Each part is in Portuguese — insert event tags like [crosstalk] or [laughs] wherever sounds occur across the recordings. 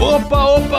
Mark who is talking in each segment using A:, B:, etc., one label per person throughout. A: Opa, opa,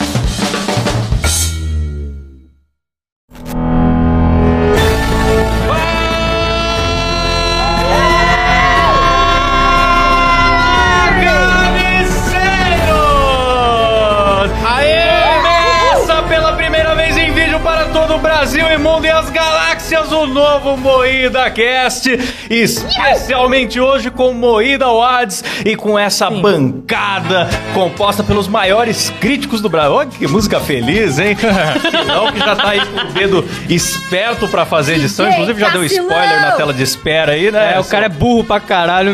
A: Carniceiros! Começa pela primeira vez em vídeo para todo o Brasil e mundo e as galáxias, o novo Moída Cast, especialmente hoje com Moída Wads e com essa bancada composta pelos maiores críticos do Brasil. Olha que música feliz, hein? Não que já tá aí com o dedo esperto para fazer edição,
B: DJ
A: inclusive já deu
B: Cacilão!
A: spoiler na tela de espera aí, né?
C: É, o cara é burro pra caralho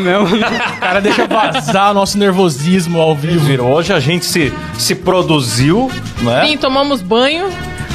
A: [laughs]
C: mesmo.
D: O cara deixa vazar nosso nervosismo ao vivo.
A: Viram, Hoje a gente se, se produziu, né?
E: Sim, tomamos banho.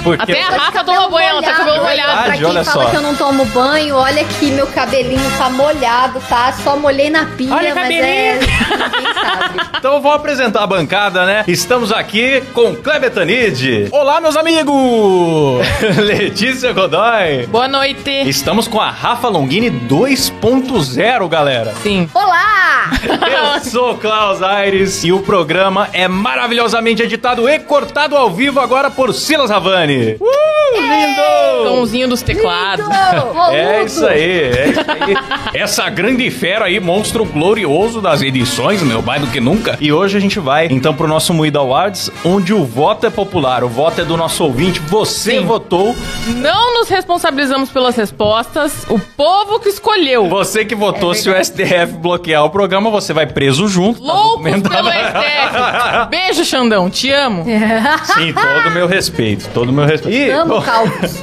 A: Porque
E: Até a
B: Tô de
E: Rafa
B: cabelo
E: tomou banho, ela tá com o cabelo
B: molhado.
E: molhado.
B: Pra
A: Verdade,
B: quem
A: olha
B: fala
A: só.
B: que eu não tomo banho, olha que meu cabelinho tá molhado, tá? Só molhei na pia,
E: Olha o
B: mas é...
E: cabelinho.
B: Ninguém sabe.
A: então eu vou apresentar a bancada, né? Estamos aqui com Kleber Tanid,
D: Olá, meus amigos!
A: [laughs] Letícia Godoy.
E: Boa noite.
A: Estamos com a Rafa Longini 2.0, galera.
E: Sim. [laughs]
B: Olá!
A: Eu sou o Klaus Aires e o programa é maravilhosamente editado e cortado ao vivo agora por Silas Havani. Uh, lindo!
E: Tomzinho dos teclados.
B: Lindo!
A: É isso aí, é isso aí. Essa grande fera aí, monstro glorioso das edições, meu, mais do que nunca. E hoje a gente vai, então, pro nosso Moída Awards, onde o voto é popular, o voto é do nosso ouvinte. Você
E: Sim.
A: votou,
E: Não nos responsabilizamos pelas respostas. O povo que escolheu.
A: você que votou.
E: É
A: se o STF bloquear o programa, você vai preso junto. Tá
E: Loucos
A: documentado.
E: pelo STF. Beijo, Xandão. Te
B: É
E: amo.
A: [laughs] Sim, todo o meu respeito, todo o meu respeito. E,
B: Amo
A: oh, [laughs]
B: calvos.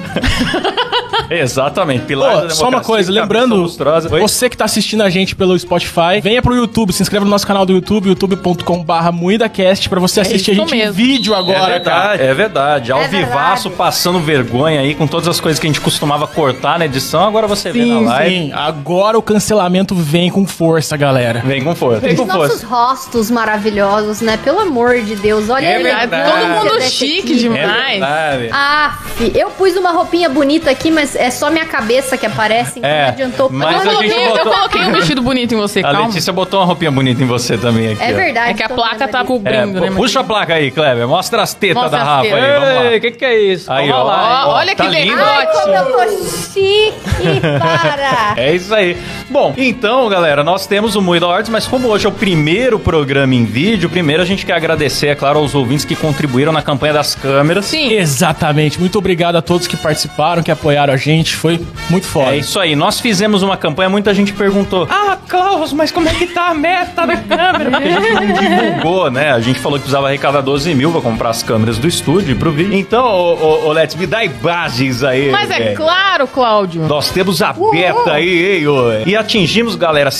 A: exatamente, pilar da
D: Pô, só uma
A: democracia,
D: coisa,
A: cabeça
D: lembrando,
A: lustrosa. Oi?
D: você que tá assistindo a gente pelo Spotify, venha pro YouTube, se inscreva no nosso canal do YouTube, youtube.com.br MuidaCast, pra você assistir a
E: É isso
D: gente em
E: mesmo.
D: vídeo agora,
A: é
D: cara.
A: verdade, É verdade. Ao
B: É verdade.
A: vivaço, passando vergonha aí com todas as coisas que a gente costumava cortar na edição, agora você vê na
D: Sim,
A: live.
D: sim. Agora o cancelamento vem com força, galera.
A: Vem com força. Vem
B: Os
A: com
B: nossos
A: força.
B: rostos maravilhosos, né? Pelo amor de Deus, olha
A: É
B: a
A: verdade.
B: elegância
A: Todo mundo
B: dessa
E: chique
B: equipe.
E: demais.
A: É verdade.
B: Aff, eu pus uma roupinha bonita aqui, mas é só minha cabeça que aparece, então
A: É,
B: não adiantou.
A: mas
B: fazer
A: a
B: nada.
A: gente
E: Eu, eu
A: botou-
E: coloquei um vestido bonito em você,
A: A
E: calma.
A: Letícia botou uma roupinha bonita em você também aqui.
B: É
A: ó.
B: verdade.
E: É que a
B: tô
E: placa
B: vendo
E: tá
B: ali.
A: É,
E: cobrindo, né?
A: pô, puxa a placa aí, Kleber. Mostra as tetas
E: Mostra
A: da
E: as
A: Rafa aí.
E: tetas.
A: Vamos
C: Ei,
A: lá.
C: o que, que é isso?
A: Aí,
C: Vamos
A: ó. Tá
C: lá.
E: Ó, olha que
A: lindo.
E: legal.
B: Ai, como eu tô
A: [laughs]
B: chique, para!
A: É isso aí. Bom, então, galera, nós temos o Moída Awards, mas como hoje é o primeiro programa em vídeo, primeiro a gente quer agradecer, é claro, aos ouvintes que contribuíram na campanha das câmeras.
E: Sim.
D: Exatamente. Muito obrigado a todos que participaram, que apoiaram a gente. Foi muito foda.
A: É isso aí, nós fizemos uma campanha, muita gente perguntou: Ah, Klaus, mas como é que tá a meta da câmera? Porque a gente não divulgou, né? A gente falou que precisava arrecadar 12 mil pra comprar as câmeras do estúdio e pro vídeo. Então, ô, ô, ô, Let's, me dá imagens aí.
E: Mas é
A: velho.
E: claro, Cláudio.
A: Nós temos aberto aí, hein, ô. E atingimos, galera,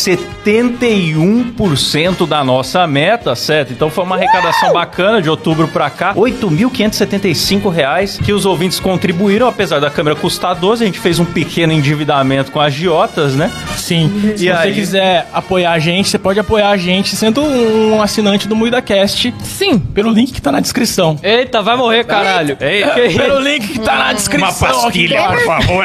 A: 71% da nossa meta, certo? Então foi uma arrecadação bacana de outubro pra cá. R$ 8.575 reais que os ouvintes contribuíram, apesar da câmera custar 12, a gente fez um pequeno endividamento com as giotas, né?
D: Sim. Se
A: E
D: você
A: aí?
D: quiser apoiar a gente, você pode apoiar a gente sendo um assinante do MuidaCast
E: Sim.
D: pelo link que tá na descrição.
C: Eita, [laughs] vai morrer, caralho.
A: Ei, né?
D: Pelo link que tá na descrição. aqui,
A: por favor.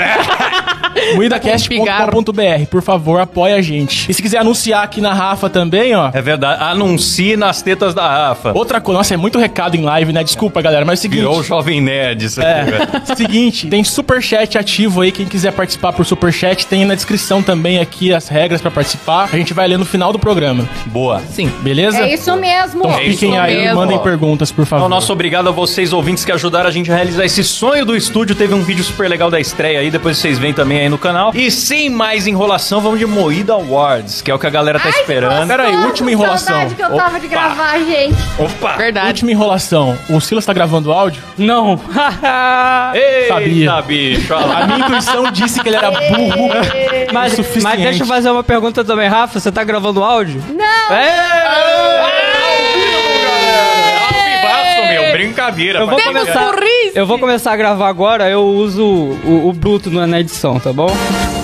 D: moídacast.com.br. Por favor, apoia a gente. E se quiser anunciar aqui na Rafa também, ó.
A: É verdade. Anuncie nas tetas da Rafa.
D: Outra coisa, nossa, é muito recado em live, né? Desculpa, galera, mas é o seguinte.
A: Virou o Jovem Nerd isso aqui, velho.
D: [laughs] Seguinte, tem superchat ativo aí. Quem quiser participar por superchat, tem na descrição também aqui as regras pra participar. A gente vai ler no final do programa,
A: Boa.
E: Sim.
D: beleza?
F: É isso mesmo.
D: Então
A: É isso
D: fiquem aí e
E: mesmo.
D: mandem perguntas, por favor.
A: Então, nosso obrigado a vocês, ouvintes, que ajudaram a gente a realizar esse sonho do estúdio. Teve um vídeo super legal da estreia aí, depois vocês veem também aí no canal. E sem mais enrolação, vamos de Moída Awards, que é o que a galera tá esperando.
D: Peraí,
F: Nossa,
D: última enrolação.
F: Saudade que eu tava de
A: Opa.
F: gravar, gente.
A: Opa!
E: Verdade.
D: Última enrolação. O Silas tá gravando o áudio?
C: Não. [laughs]
A: Eita,
D: Sabia.
A: bicho! olha lá.
D: A minha intuição disse que ele era burro.
C: mas,
D: Insuficiente.
C: mas deixa eu fazer uma pergunta também, Rafa. Você tá gravando áudio? É,
F: Não,
A: Ao vivaço, meu, brincadeira.
C: Eu vou
A: pra quem
C: começar.
A: quer.
C: Eu vou começar a gravar agora, eu uso o, o bruto na na edição, tá bom?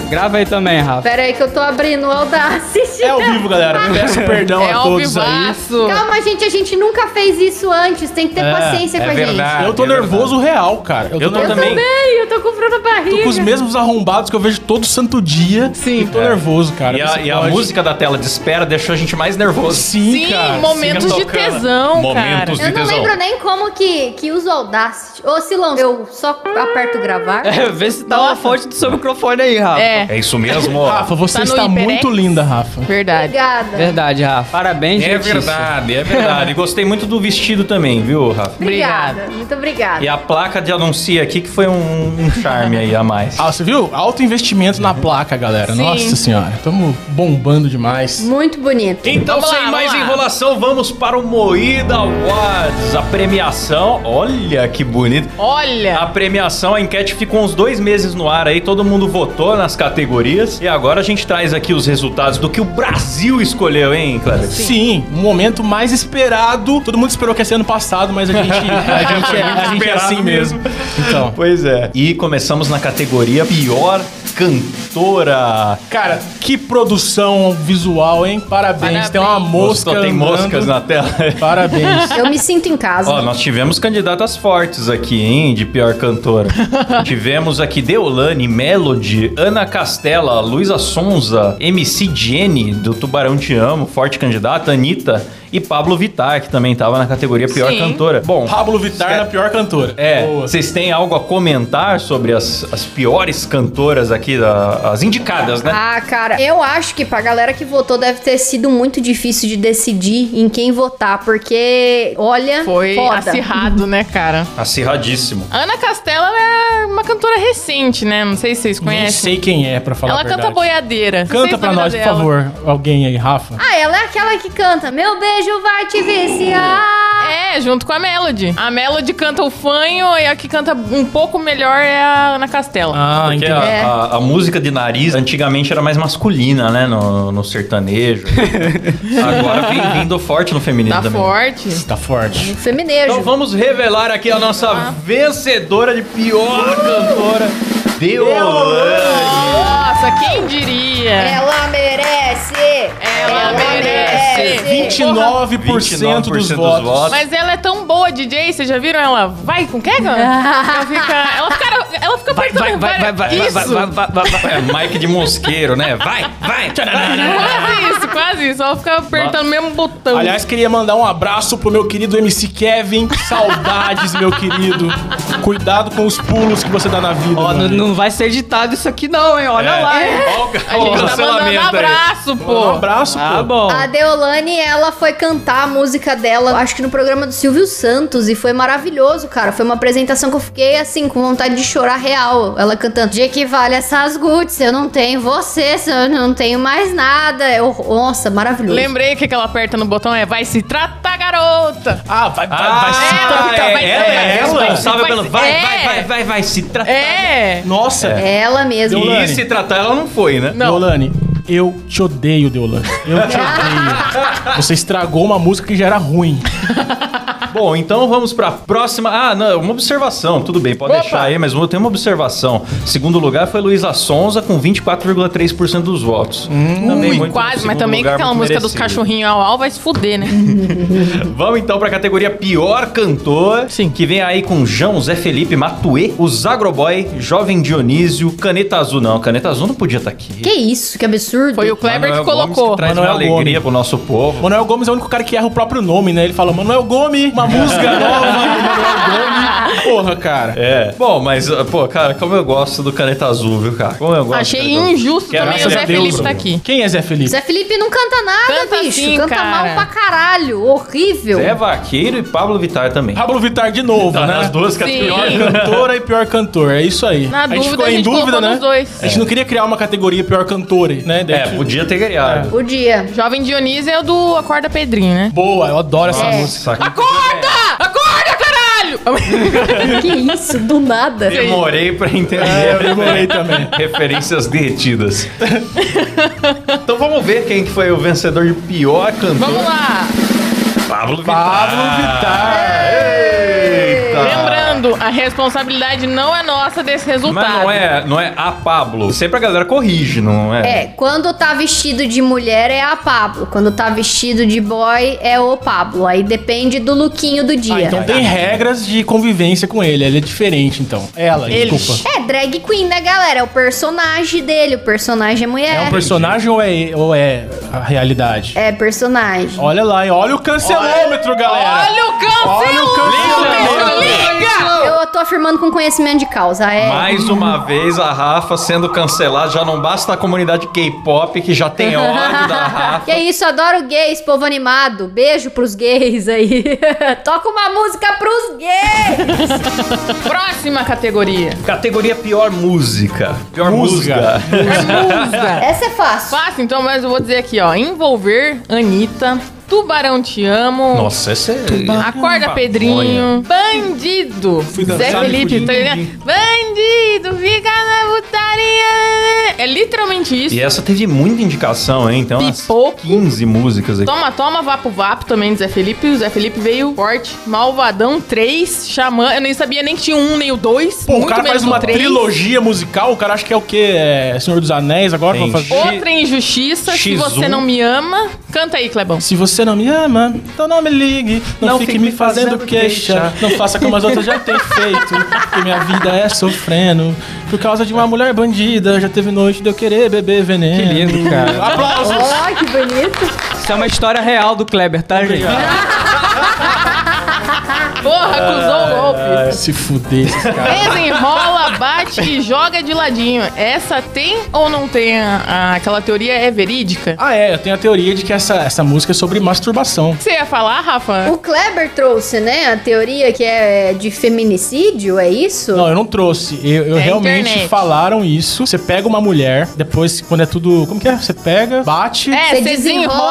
C: Grava aí também, Rafa.
B: Pera aí que eu tô abrindo o Audacity.
D: É ao vivo,
B: [laughs]
D: galera. Peço
A: Então
D: perdão
E: É
D: a
E: ao
D: todos aí.
E: vivaço.
B: Calma, gente, a gente nunca fez isso antes. Tem que ter paciência
A: é
B: com a
A: verdade.
D: Eu tô
A: É verdade.
D: nervoso real, cara. Eu,
A: Eu
D: tô
A: tô
D: nervoso.
A: também.
F: Ei, eu tô com frio na barriga.
D: Tô com os mesmos arrombados que eu vejo todo santo dia.
E: Sim.
D: E tô nervoso, cara.
A: É. E
D: Você
A: a, e a
D: pode-
A: música da tela de espera deixou a gente mais nervoso.
D: Sim,
E: Sim,
D: cara.
E: momentos
A: Siga
E: de
A: tocando.
E: tesão,
A: Momentos
E: cara.
B: gente. Eu não
A: Tesão.
B: lembro nem como que, que usa o Audacity. Ô, Silão, eu só
A: [laughs]
B: aperto gravar.
C: É, [laughs] vê se tá uma fonte do seu microfone aí, Rafa.
E: É,
A: É isso mesmo, ó.
D: Rafa, você
E: Tá no
D: está
E: HyperX?
D: muito linda, Rafa.
E: verdade.
B: Obrigada.
C: Verdade, Rafa. Parabéns,
A: É
C: gentíssimo.
A: verdade, é verdade. Gostei muito do vestido também, viu, Rafa?
B: Obrigada. Muito obrigada.
A: E a placa de anuncia aqui que foi um, um charme aí a mais.
D: Ah, você viu? Alto investimento
A: Uhum.
D: na placa, galera.
E: Sim.
D: Nossa senhora. Tamo bombando demais.
B: Muito bonito.
A: [laughs] Então,
E: Vamos lá,
A: sem
E: vamos
A: mais
E: lá.
A: enrolação, vamos para o Moída Awards. A premiação, olha que bonito. A
E: Olha,
A: premiação, a enquete ficou uns dois meses no ar aí, todo mundo votou nas categorias. E agora a gente traz aqui os resultados do que o Brasil escolheu, hein, Clarence?
D: Sim, um momento mais esperado. Todo mundo esperou que ia ser ano passado, mas
A: [laughs]
D: a gente, [laughs] a gente, é, a gente é
A: Esperado
D: assim mesmo. Então,
A: Pois é. E começamos na categoria pior cantora.
D: cara, que produção visual, hein? Parabéns. Tem uma
E: Parabéns.
D: mosca.
A: Gostou? tem
D: andando.
A: moscas na tela. [laughs]
D: Parabéns.
B: Eu me sinto em casa.
A: Ó, nós tivemos candidatas fortes aqui, hein, de pior cantora. tivemos aqui Deolane, Melody, Ana Castela, Luísa Sonza, MC Jenny, do Tubarão Te Amo, forte candidata, Anitta e Pablo Vittar, que também tava na categoria pior
E: Sim.
A: cantora. Bom,
D: Pablo Vittar na pior cantora.
A: é,
D: Boa.
A: vocês têm algo a comentar sobre as, as piores cantoras aqui, da- as indicadas, né?
B: Ah, cara, eu acho que pra galera que votou deve ter sido muito difícil de decidir em quem votar, porque, olha,
E: foi
B: foda.
E: acirrado, né, cara?
A: Acirradíssimo.
E: Ana Castela ela é uma cantora recente, né? Não sei se vocês
D: Nem
E: conhecem.
D: sei quem é, pra falar
E: Ela
D: a verdade.
E: canta boiadeira. Não sei se
D: Canta
E: é
D: pra
E: da
D: nós, por
E: vida dela.
D: favor, alguém aí, Rafa.
B: Ah, ela é aquela que canta Meu beijo vai te viciar.
E: É, junto com a Melody. A Melody canta o fanho e a que canta um pouco melhor é a Ana Castela.
D: Ah,
A: Porque
D: entendi.
A: a,
B: É.
A: a- a música de nariz antigamente era mais masculina, né? No, no
E: [laughs]
A: sertanejo. Agora vem vindo forte no feminino
E: tá
A: também.
E: forte.
D: Tá
B: É,
D: forte.
B: Feminejo.
A: Então vamos revelar aqui a nossa
E: Ah.
A: vencedora de pior cantora, Deolane.
E: Nossa, quem diria?
B: Ela merece.
E: Ela merece.
D: 29%,
A: 29%
D: dos,
A: dos
D: votos.
A: votos.
E: Mas ela é tão boa, DJ, vocês já viram ela? Vai com quem? Ela fica, ela fica, ela fica apertando
C: Vai, vai, vai, vai, vai,
E: isso.
C: vai, vai, vai, vai, vai.
A: É, Mike de Mosqueiro, né? Vai, vai.
E: Quase isso, quase isso. Ela fica apertando o mesmo botão.
D: Aliás, queria mandar um abraço pro meu querido MC Kevin. Saudades, meu querido. Cuidado com os pulos que você dá na vida.
C: Ó,
D: mano.
C: não, não vai ser editado isso aqui não, hein? Olha
A: É.
C: lá, hein?
E: a
A: Olha o
E: gente tá mandando
A: cancelamento aí.
E: abraço,
D: Um
E: pô.
D: abraço,
C: Tá
D: pô.
C: bom.
B: A Deolane, ela foi cantar a música dela, acho que no programa do Silvio Santos, e foi maravilhoso, cara. Foi uma apresentação que eu fiquei, assim, com vontade de chorar real. Ela cantando, de que vale essas goods, eu não tenho você, se eu não tenho mais nada. Eu, nossa, maravilhoso.
E: Lembrei que aquela aperta no botão é vai se tratar, garota.
D: Ah, vai, vai, vai se
A: Ah,
D: tratar.
E: tratar, vai
A: é,
E: se
A: ela é
E: tratar, vai se-
A: responsável
E: vai
A: pelo
E: se-
A: vai,
E: é.
A: vai, vai, vai, vai, se tratar.
E: É.
D: Nossa.
B: Ela mesma.
A: E
D: Deolane.
A: se tratar ela não foi, né?
E: Não.
D: Deolane, eu te
E: [laughs]
D: odeio, Deolane. Eu te odeio. Você estragou uma música que já era ruim.
A: Bom, então vamos pra próxima. Ah, não, uma observação. Tudo bem, pode
E: Opa!
A: deixar aí, mas eu tenho uma observação. Segundo lugar foi Luísa Sonza com 24,3% dos votos. Também
E: Hum, Ui,
A: muito-
E: quase, mas
A: segundo
E: também que
A: lugar,
E: aquela
A: muito
E: música dos
A: merecido.
E: cachorrinhos ao ao vai se fuder, né?
A: Vamos então pra categoria pior cantor.
E: Sim.
A: Que vem aí com João, Zé Felipe, Matuê, o Zagroboy, Jovem Dionísio, Caneta Azul. Não, Caneta Azul não podia estar aqui.
B: Que isso, que absurdo.
E: Foi o Kleber que
A: Manuel Gomes
E: colocou.
A: traz
D: Manuel
A: uma alegria
D: Gomes.
A: pro nosso povo.
D: Manuel Gomes é o único cara que erra o próprio nome, né? Ele fala Manuel Gomes, uma música
E: [laughs]
D: nova do Manuel Gomes. Porra, cara.
A: É. Bom, mas, pô, cara, como eu gosto do Caneta Azul, viu, cara? Como eu gosto. do
E: Achei
A: Caneta Azul.
E: injusto
D: É,
A: Quero
E: também o
A: agradecer
E: Zé
A: a Deus,
E: Felipe
A: Bruno.
E: tá aqui.
D: Quem é Zé Felipe?
B: Zé Felipe não canta nada,
E: Canta
B: bicho.
E: sim,
B: canta
E: cara.
B: mal pra caralho. Horrível.
A: Zé Vaqueiro e Pablo Vittar também.
D: Pablo Vittar de novo,
A: Tá
D: né?
A: nas duas categorias.
E: Sim.
D: Cantora e pior cantor, é isso aí.
E: Na
D: a gente
E: dúvida,
D: ficou
E: a
D: em
E: gente
D: dúvida,
E: colocou
D: né?
E: nos dois.
D: A gente não queria criar uma categoria pior cantora, né? Daí a
A: É,
D: gente-
A: podia ter ganhado.
B: O dia.
E: Jovem Dionísio é o do Acorda Pedrinho, né?
D: Boa, eu
A: É.
D: adoro essa música.
A: Nossa, que
E: É. Acorda! Acorda, caralho!
B: que isso, do nada.
A: demorei pra entender.
D: É, eu demorei também.
A: [laughs] Referências
E: [laughs]
A: derretidas. então vamos ver quem que foi o vencedor de pior cantor.
E: [laughs] Vamos lá.
A: Pablo Vittar.
D: Pablo Vittar.
A: Eita.
E: Lembrando, a responsabilidade não é nossa desse resultado.
A: Ah. Mas não é, não é a Pablo. Sempre a galera corrige, não é?
B: É, quando tá vestido de mulher é a Pablo. Quando tá vestido de boy é o Pablo. Aí depende do lookinho do
D: Ah,
B: dia.
E: É
D: então tem regras de convivência com ele. Ele é diferente, então. Ela,
E: Ele.
D: desculpa.
B: É drag queen, né, galera? É o personagem dele. O personagem é mulher.
D: É um personagem ou é, ou é a realidade?
B: É personagem.
D: Olha lá, hein? Olha o cancelômetro, galera.
E: Olha
D: Olha
E: o
D: o cancelômetro.
E: cancelômetro! Liga!
B: Eu tô afirmando com conhecimento de causa. É.
A: Mais uma vez a Rafa sendo cancelada. Já não basta a comunidade K-pop que já
E: [laughs]
A: tem ódio da Rafa.
B: Que é isso, adoro gays, povo animado. Beijo pros gays aí. [laughs] Toca uma música pros gays.
E: Próxima categoria.
A: Categoria pior música. Pior música.
D: Música.
B: Essa é fácil.
E: Fácil, então, mas eu vou dizer aqui, ó. Envolver, Anitta, Tubarão Te Amo.
A: Nossa, essa é.
E: Acorda,
A: Pamonha.
E: Pedrinho. Bandido. Zé
D: dançar,
E: Felipe,
D: fui-
E: tá ligado? Bandido, fica na putaria. É literalmente isso.
A: E essa teve muita indicação, hein? Então, umas
E: Pipoco.
A: 15 músicas aqui.
E: Toma, toma, vapo, vapo também do Zé Felipe. O Zé Felipe veio forte. Malvadão 3, Xamã. Eu nem sabia nem que tinha um, nem o dois.
D: Pô, o
E: muito
D: cara
E: menos
D: faz uma
E: o três.
D: trilogia musical, o cara acha que é o quê? É Senhor dos Anéis agora pra
A: Tem
D: fazer?
E: Outra injustiça, se
A: X1.
E: você não me ama. Canta aí, Clebão.
D: Se você não me ama, então não me ligue. Não,
A: Não
D: fique,
A: fique
D: me fazendo,
A: fazendo
D: queixa. Não faça como as outras já têm feito. Porque minha vida é sofrendo. Por causa de uma mulher bandida, já teve noite de eu querer beber veneno.
C: Que
A: É.
C: lindo, cara.
D: Aplausos!
B: Ó, que bonito.
C: Isso é uma história real do Kleber, tá, gente?
E: Porra, acusou o golpe.
D: Se fuder, esses caras.
E: Desenrola, bate e joga de ladinho. Essa tem ou não tem a- a- aquela teoria é verídica?
D: Ah, é, eu tenho a teoria de que essa, essa música é sobre masturbação.
E: Você ia falar, Rafa?
B: O Kleber trouxe, né, a teoria que é de feminicídio, é isso?
D: Não, eu não trouxe. Eu, eu
E: É a
D: realmente
E: internet.
D: falaram isso. Você pega uma mulher, depois, quando é tudo. Como que é? Você pega, bate.
E: É,
B: Você
E: você desenrola,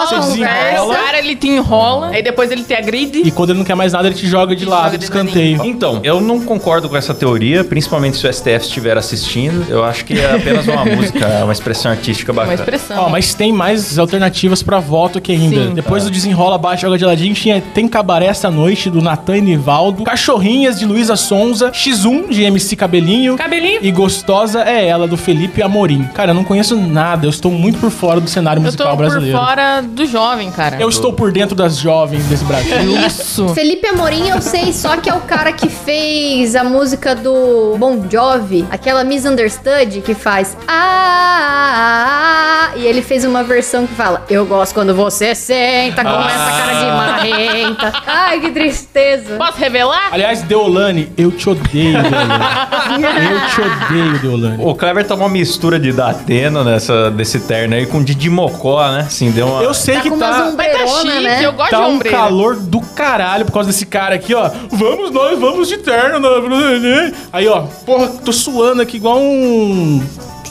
B: desenrola,
E: conversa, o
D: desenrola.
E: cara ele te enrola, aí depois ele te agride.
D: E quando ele não quer mais nada, ele te joga de
E: Te
D: lado,
E: joga
D: de
E: de
D: escanteio.
A: Então, eu não concordo com essa teoria, principalmente se o STF estiver assistindo. Eu acho que é apenas
E: [laughs]
A: uma música, é uma expressão artística
E: Uma
A: bacana.
E: expressão. né?
D: Ó, mas tem mais alternativas pra voto aqui ainda.
E: Sim.
D: Depois do desenrola, bate, joga de ladinho. Tinha, tem Cabaré essa noite do Natan e Nivaldo. Cachorrinhas de Luísa Sonza. X1 de MC Cabelinho.
E: Cabelinho.
D: E gostosa é ela, do Felipe Amorim. Cara, eu não conheço nada. Eu estou muito por fora do cenário
E: Eu tô
D: musical
E: por
D: brasileiro.
E: fora do jovem, cara.
D: Eu estou por dentro das jovens desse
E: [laughs]
D: Brasil.
E: Isso.
B: Felipe Amorim, eu sei só que é o cara que fez a música do Bon Jovi, aquela Misunderstood que faz ah, ah, ah, ah", e ele fez uma versão que fala eu gosto quando você senta com
D: Ah.
B: essa cara de
D: [laughs]
B: marrenta. Ai, que tristeza.
E: Posso revelar?
D: Aliás, Deolane, eu te odeio,
E: [laughs]
D: Deolane. eu te odeio, Deolane.
A: O Kleber tá uma mistura de Datena nessa, desse terno aí com Didi Mocó, né? Assim, deu uma.
D: Eu sei
B: Tá
D: que
B: com umas
D: tá.
E: Mas tá
B: ombreirona,
E: chique,
B: né?
E: eu gosto
D: Tá
E: de
D: um
E: ombreira.
D: calor do caralho por causa desse cara aqui, ó. Vamos nós, vamos de terno. né? Aí, ó. Porra, tô suando aqui igual um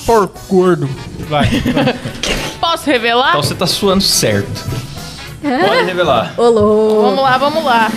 D: porco gordo. Vai.
E: Posso revelar?
D: um
A: Então você tá suando certo.
E: É?
A: Pode revelar.
B: Olô.
E: Vamos lá, vamos lá.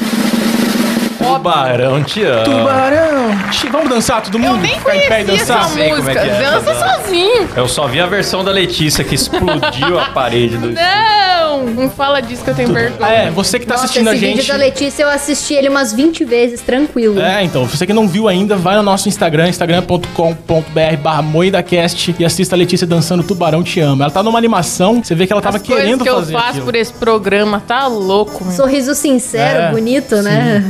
A: Tubarão te ama.
D: Tubarão. Xi, Vamos dançar, todo mundo?
E: Eu nem
D: Ficar em pé e
E: conhecia essa
D: Hum, dançar?
A: Sei como é
E: música.
A: que é.
E: Dança sozinho.
A: Eu só vi a versão da Letícia que explodiu a parede do.
E: Não, não. Não fala disso que eu tenho vergonha.
D: É, você que tá
B: Nossa,
D: assistindo a
B: esse
D: gente.
B: vídeo da Letícia eu assisti ele umas 20 vezes, tranquilo.
D: É, então, você que não viu ainda, vai no nosso Instagram, instagram.com.br barra moidacast e assista a Letícia dançando Tubarão Te Ama. Ela tá numa animação, você vê que ela tava
E: As coisas
D: querendo
E: que eu
D: fazer
E: faço
D: aquilo.
E: por esse programa, tá
B: [laughs]
E: louco. mano.
B: Sorriso sincero,
D: É,
B: bonito, né?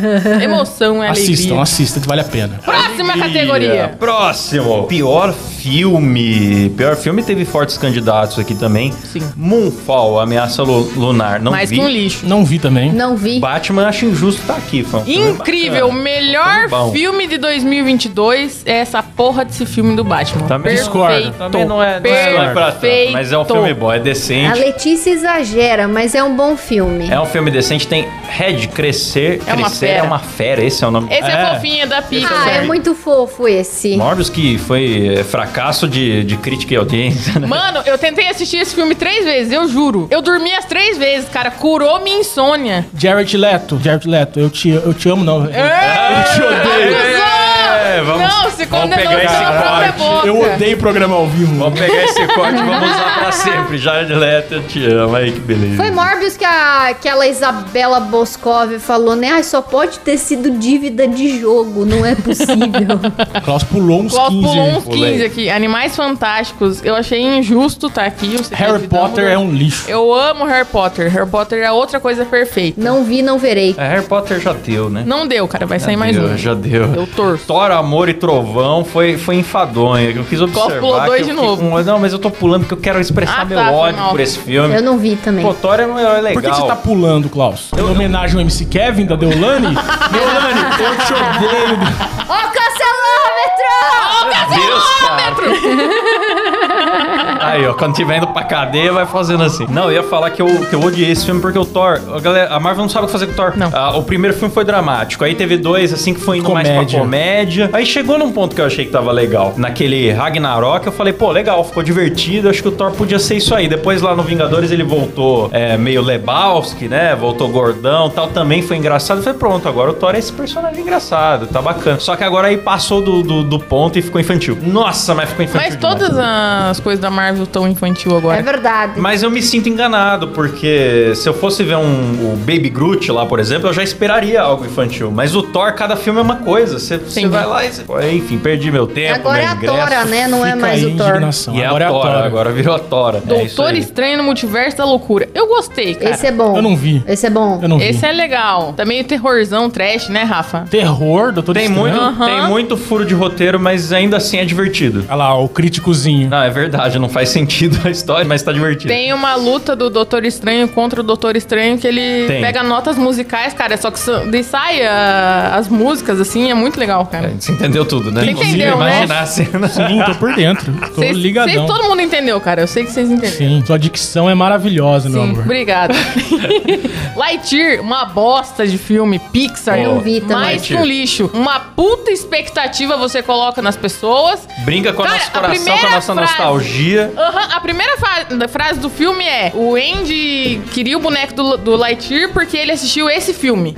E: Emoção, é
D: Assistam,
E: alegria.
D: assistam, que vale a pena.
E: Próxima categoria.
A: Próximo. Pior filme. Pior filme teve fortes candidatos aqui também.
E: Sim.
A: Moonfall, Ameaça Lu- Lunar. Não
E: Mais
A: vi.
E: que um lixo.
D: Não vi também.
B: Não vi.
A: Batman acho injusto tá aqui, fã.
E: Incrível, o melhor
A: Tá Bom.
E: filme de 2022 é essa porra desse filme do Batman.
A: Também
D: discordo.
A: Também não é, não é, não é pra tanto, mas é um
E: Perfeito.
A: filme bom, é
B: A
A: decente.
B: Letícia exagera, mas é um bom filme.
A: É um filme decente, tem Red, Crescer,
E: É uma
A: Crescer
E: fera.
A: é uma fera, esse é o nome.
E: Esse é,
D: É.
E: fofinha da Pixar.
B: Ah, é muito fofo esse.
A: Morbius que foi é, fracasso de, de crítica e audiência, né?
E: Mano, eu tentei assistir esse filme três vezes, eu juro. Eu dormi as três vezes, cara. Curou minha insônia.
D: Jared Leto, Jared Leto, eu te, eu te amo, não.
E: É,
D: Ah, Eu te odeio.
A: É, vamos-
E: não, se
A: vamos
E: condenou
A: pegar esse
E: pela própria
A: corte.
E: boca.
D: Eu odeio programa ao vivo.
A: Vamos pegar esse corte e vamos usar pra sempre. Jared Leto, eu te amo. Aí que beleza.
B: Foi Morbius que a, aquela Isabela Boscov falou, né? Ai, só pode ter sido dívida de jogo, não é possível.
D: [laughs] Klaus pulou uns
E: Qual
D: 15.
E: pulou uns
A: Pulei.
E: 15 aqui. Animais Fantásticos. Eu achei injusto tá aqui. o Segredo
D: Harry
E: de
D: Potter
E: Dumbledore.
D: é um lixo.
E: né? Eu amo Harry Potter. Harry Potter é outra coisa perfeita.
B: não vi, não verei.
A: É, Harry Potter já deu, né?
E: Não deu, cara. Vai sair
A: Já
E: mais
A: deu,
E: um.
A: Já deu.
E: Eu torço.
A: Thor, Amor e Trovão foi, foi enfadonho. Eu quis observar.
E: pulou
A: que
E: dois
A: eu
E: de
A: fiquei
E: novo.
A: com- Não, mas eu tô pulando porque eu quero expressar
E: Ah,
A: meu
E: tá, foi
A: ódio
E: mal.
A: por esse filme.
B: Eu não vi também.
A: Pô, Thor é, é legal.
D: Por que, que você tá pulando, Klaus? Em homenagem ao MC Kevin da Deolane?
A: [laughs]
D: Deolane, eu te odeio.
B: Ó, cancelômetro!
A: Deus, cara. Aí, ó, quando tiver indo pra cadeia, vai fazendo assim. Não, eu ia falar que eu, que eu odiei esse filme porque o Thor. A, galera, a Marvel não sabe o que fazer com o Thor.
E: Não.
A: Ah, o primeiro filme foi dramático. Aí teve dois, assim, que foi indo mais pra
D: Comédia.
A: comédia. Aí chegou num ponto que eu achei que tava legal. Naquele Ragnarok, eu falei, pô, legal, ficou divertido. Acho que o Thor podia ser isso aí. Depois lá no Vingadores ele voltou é, meio Lebowski, né? Voltou gordão tal. Também foi engraçado. Eu falei, pronto, agora o Thor é esse personagem engraçado. Tá bacana. Só que agora aí passou do, do, do ponto e ficou infantil. Nossa, mas ficou infantil.
E: Mas
A: demais.
E: todas as coisas da Marvel estão infantil
B: É
E: agora.
B: verdade.
A: Mas eu me sinto enganado, porque se eu fosse ver um, o Baby Groot lá, por exemplo, eu já esperaria algo infantil. Mas o Thor, cada filme é uma coisa. Você você
E: Sim.
A: vai lá e você... Pô, Enfim, perdi meu tempo,
B: Agora é
A: meu
B: a
A: ingresso.
B: Tora, né? Não é
D: Fica aí
B: mais o
D: a
B: Thor.
D: indignação.
A: E
D: Agora é a Tora.
A: agora virou a Tora. É isso
E: Doutor
A: aí.
E: Estranho no Multiverso da Loucura. Eu gostei, cara.
B: Esse é bom.
D: Eu não vi.
B: Esse é bom.
D: Eu não vi.
E: Esse é legal. Tá meio terrorzão, trash, né, Rafa?
D: Terror, doutor
A: Tem
D: Estranho.
A: muito,
E: Aham.
A: tem muito furo de roteiro, mas ainda assim é divertido.
D: Olha lá, o críticozinho.
A: [laughs] Não, é verdade, não faz sentido a história, mas tá divertido.
E: Tem uma luta do Doutor Estranho contra o Doutor Estranho que ele
A: Tem.
E: pega notas musicais, cara. Só que são- daí sai ah, as músicas, assim, é muito legal,
A: É,
E: cara.
A: Você entendeu tudo, né?
D: Você
A: Inclusive,
E: entendeu, né?
A: imaginar a cena.
D: Sim, tô por dentro. Tô
E: Vocês-
D: ligadão.
E: vocês- todo mundo entendeu, cara. Eu sei que vocês entenderam.
D: Sim, sua dicção é maravilhosa, meu
E: Sim,
D: amor.
E: obrigado. Lightyear, uma bosta de filme. Pixar,
B: Eu vi também.
E: mais que um
A: Lightyear.
E: lixo. Uma puta expectativa você coloca nas pessoas.
A: Brinca com o
E: Cara,
A: nosso
E: a
A: coração, com a
E: primeira
A: nossa
E: frase-
A: nostalgia.
E: Aham, a primeira fa- da frase do filme é: o Andy queria o boneco do, do Lightyear porque ele assistiu esse filme.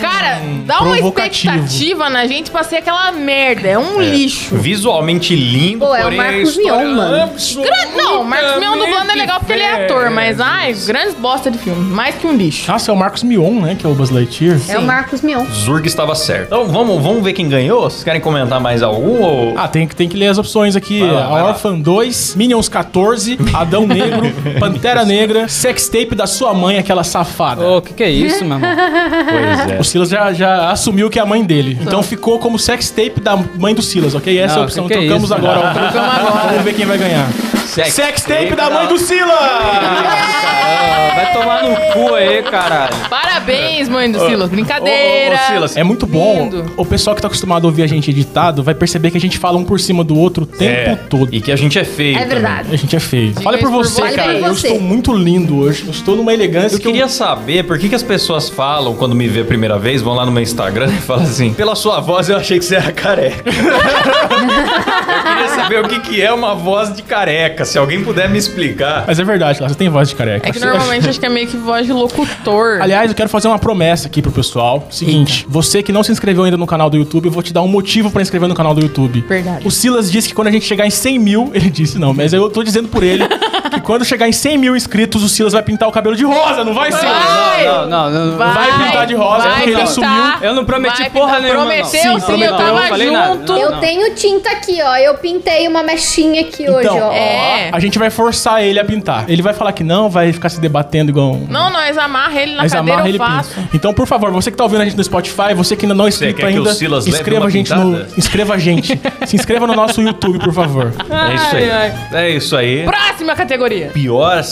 E: Cara, dá
D: Hum,
E: uma
D: provocativo.
E: expectativa na gente pra ser aquela merda. É um lixo.
A: Visualmente lindo,
B: Pô, é o
A: porém
B: Marcos
A: a história
B: Mion, mano.
E: Gra- Não, o Marcos Mion dublando é legal porque ele é ator, mas ai,
A: Jesus.
E: grande bosta de filme. Mais que um
D: [laughs]
E: lixo.
D: Nossa, é o Marcos Mion, né? Que é o Buzz Lightyear.
B: É o Marcos Mion.
A: Zurg estava certo. Então vamos, vamos ver quem ganhou? Vocês querem comentar mais algum?
B: [laughs]
A: Ou...
D: Ah, tem que, tem que ler as opções aqui.
A: Vai lá, vai
D: A
A: lá.
D: Orphan 2, Minions 14, Adão Negro, Pantera Negra, Sextape da sua mãe, aquela safada.
C: Ô, que que é isso, meu [laughs] irmão?
A: É.
B: é.
D: O Silas já, já assumiu que é a mãe dele. Então ficou como sextape da mãe do Silas, ok? Essa é
C: Não,
D: a opção.
C: que que é
D: Trocamos
C: isso?
D: agora. ó. Vamos ver quem vai ganhar.
A: Sextape
D: Sextape da mãe do Silas!
C: Ah, vai tomar no cu aí, caralho.
E: Parabéns, mãe do Silas. Brincadeira.
A: Ô, ô, ô, Silas.
D: É muito bom.
E: Lindo.
D: O pessoal que tá acostumado a ouvir a gente editado vai perceber que a gente fala um por cima do outro o tempo
A: É,
D: todo.
A: E que a gente é feio.
B: É verdade.
D: A gente é feio. Olha
E: isso
D: por
E: por
D: você,
E: você.
D: cara.
B: Olha por
D: Eu
B: você.
D: estou muito lindo hoje. Eu estou numa elegância
A: Eu
D: que eu-
A: queria saber por que, que as pessoas falam quando me vê a primeira vez, vão lá no meu Instagram e falam assim: pela sua voz [laughs] eu achei que você era careca. eu queria saber o que, que é uma voz de careca. Se alguém puder me explicar.
D: Mas é verdade, lá você tem voz de careca.
E: É que normalmente acho que é meio que voz de locutor.
D: [laughs] Aliás, eu quero fazer uma promessa aqui pro pessoal. Seguinte, você que não se inscreveu ainda no canal do YouTube, eu vou te dar um motivo pra inscrever no canal do YouTube.
E: Verdade.
D: O Silas disse que quando a gente chegar em 100 mil, [laughs] ele disse não, mas eu tô dizendo por ele que quando chegar em 100 mil inscritos, o Silas vai pintar o cabelo de rosa, não
E: Ah,
D: vai, Silas?
E: Vai!
C: Não, não, não. não.
D: vai pintar de rosa,
E: vai
D: porque ele
E: pintar,
C: assumiu. Eu não prometi
E: vai
C: porra
E: pintar.
C: nenhuma, não.
E: Prometeu
C: Sim,
E: sim,
C: prometeu,
E: eu tava
C: eu falei nada.
E: junto.
C: Não,
B: Eu
C: não.
B: tenho tinta aqui, ó. Eu pintei uma mechinha aqui
D: Então,
B: hoje, ó.
E: É.
D: A gente vai forçar ele a pintar. Ele vai falar que não, vai ficar se debatendo igual um...
E: Não, nós amarra ele na
D: Mas
E: cadeira,
D: amarra
E: eu
D: ele
E: faço.
D: pinta. Então, por favor, você que tá ouvindo a gente no Spotify, você que ainda não é inscrito
A: quer que o
D: ainda,
A: Silas leve
D: inscreva
A: uma
D: a gente no,
A: pintada?
D: inscreva a gente. se inscreva no nosso YouTube, por
A: [laughs]
D: favor.
A: É isso aí.
E: Ai,
A: É isso aí.
E: Próxima categoria.
A: Pior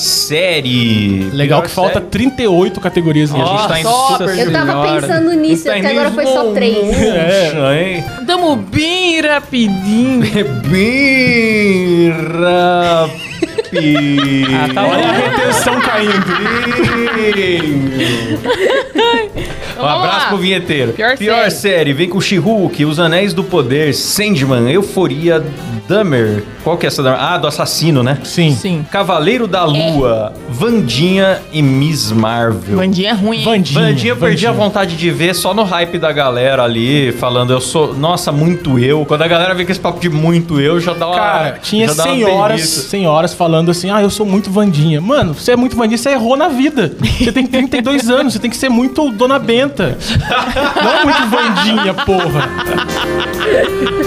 A: série.
D: Legal
A: Pior
D: que falta
A: série.
D: 38 categorias.
A: E a gente tá em
E: Nossa,
A: super
B: Eu tava
C: Senhora.
B: pensando nisso,
A: Não tá
B: até agora
A: nem
B: foi só
A: um-
B: três.
A: Puxa, hein?
E: Tamo bem [laughs] rapidinho.
A: É
D: [laughs]
A: bem rápido.
C: Ah, tá
D: Ah, Olha a
C: bom.
D: retenção caindo.
A: Um abraço
E: lá.
A: pro vinheteiro.
E: Pior série.
A: série. Vem com She-Hulk, Os Anéis do Poder, Sandman, Euforia, Dummer. Qual que é essa? Dahmer? Ah, do assassino, né?
D: Sim.
E: Sim.
A: Cavaleiro
E: É.
A: da Lua, Vandinha e Miss Marvel.
E: Bandinha é ruim, hein?
D: Vandinha.
A: Vandinha eu perdi a vontade de ver só no hype da galera ali, falando eu sou, nossa, muito eu. Quando a galera vê com esse papo de muito eu, já dá uma.
D: Cara, tinha
A: já dá uma
D: senhoras,
A: preguiça.
D: senhoras falando assim: ah, eu sou muito Vandinha. Mano, você é muito Vandinha, você errou na vida. Você tem 32 anos, você tem que ser muito Dona Benta. Não é muito Vandinha, porra.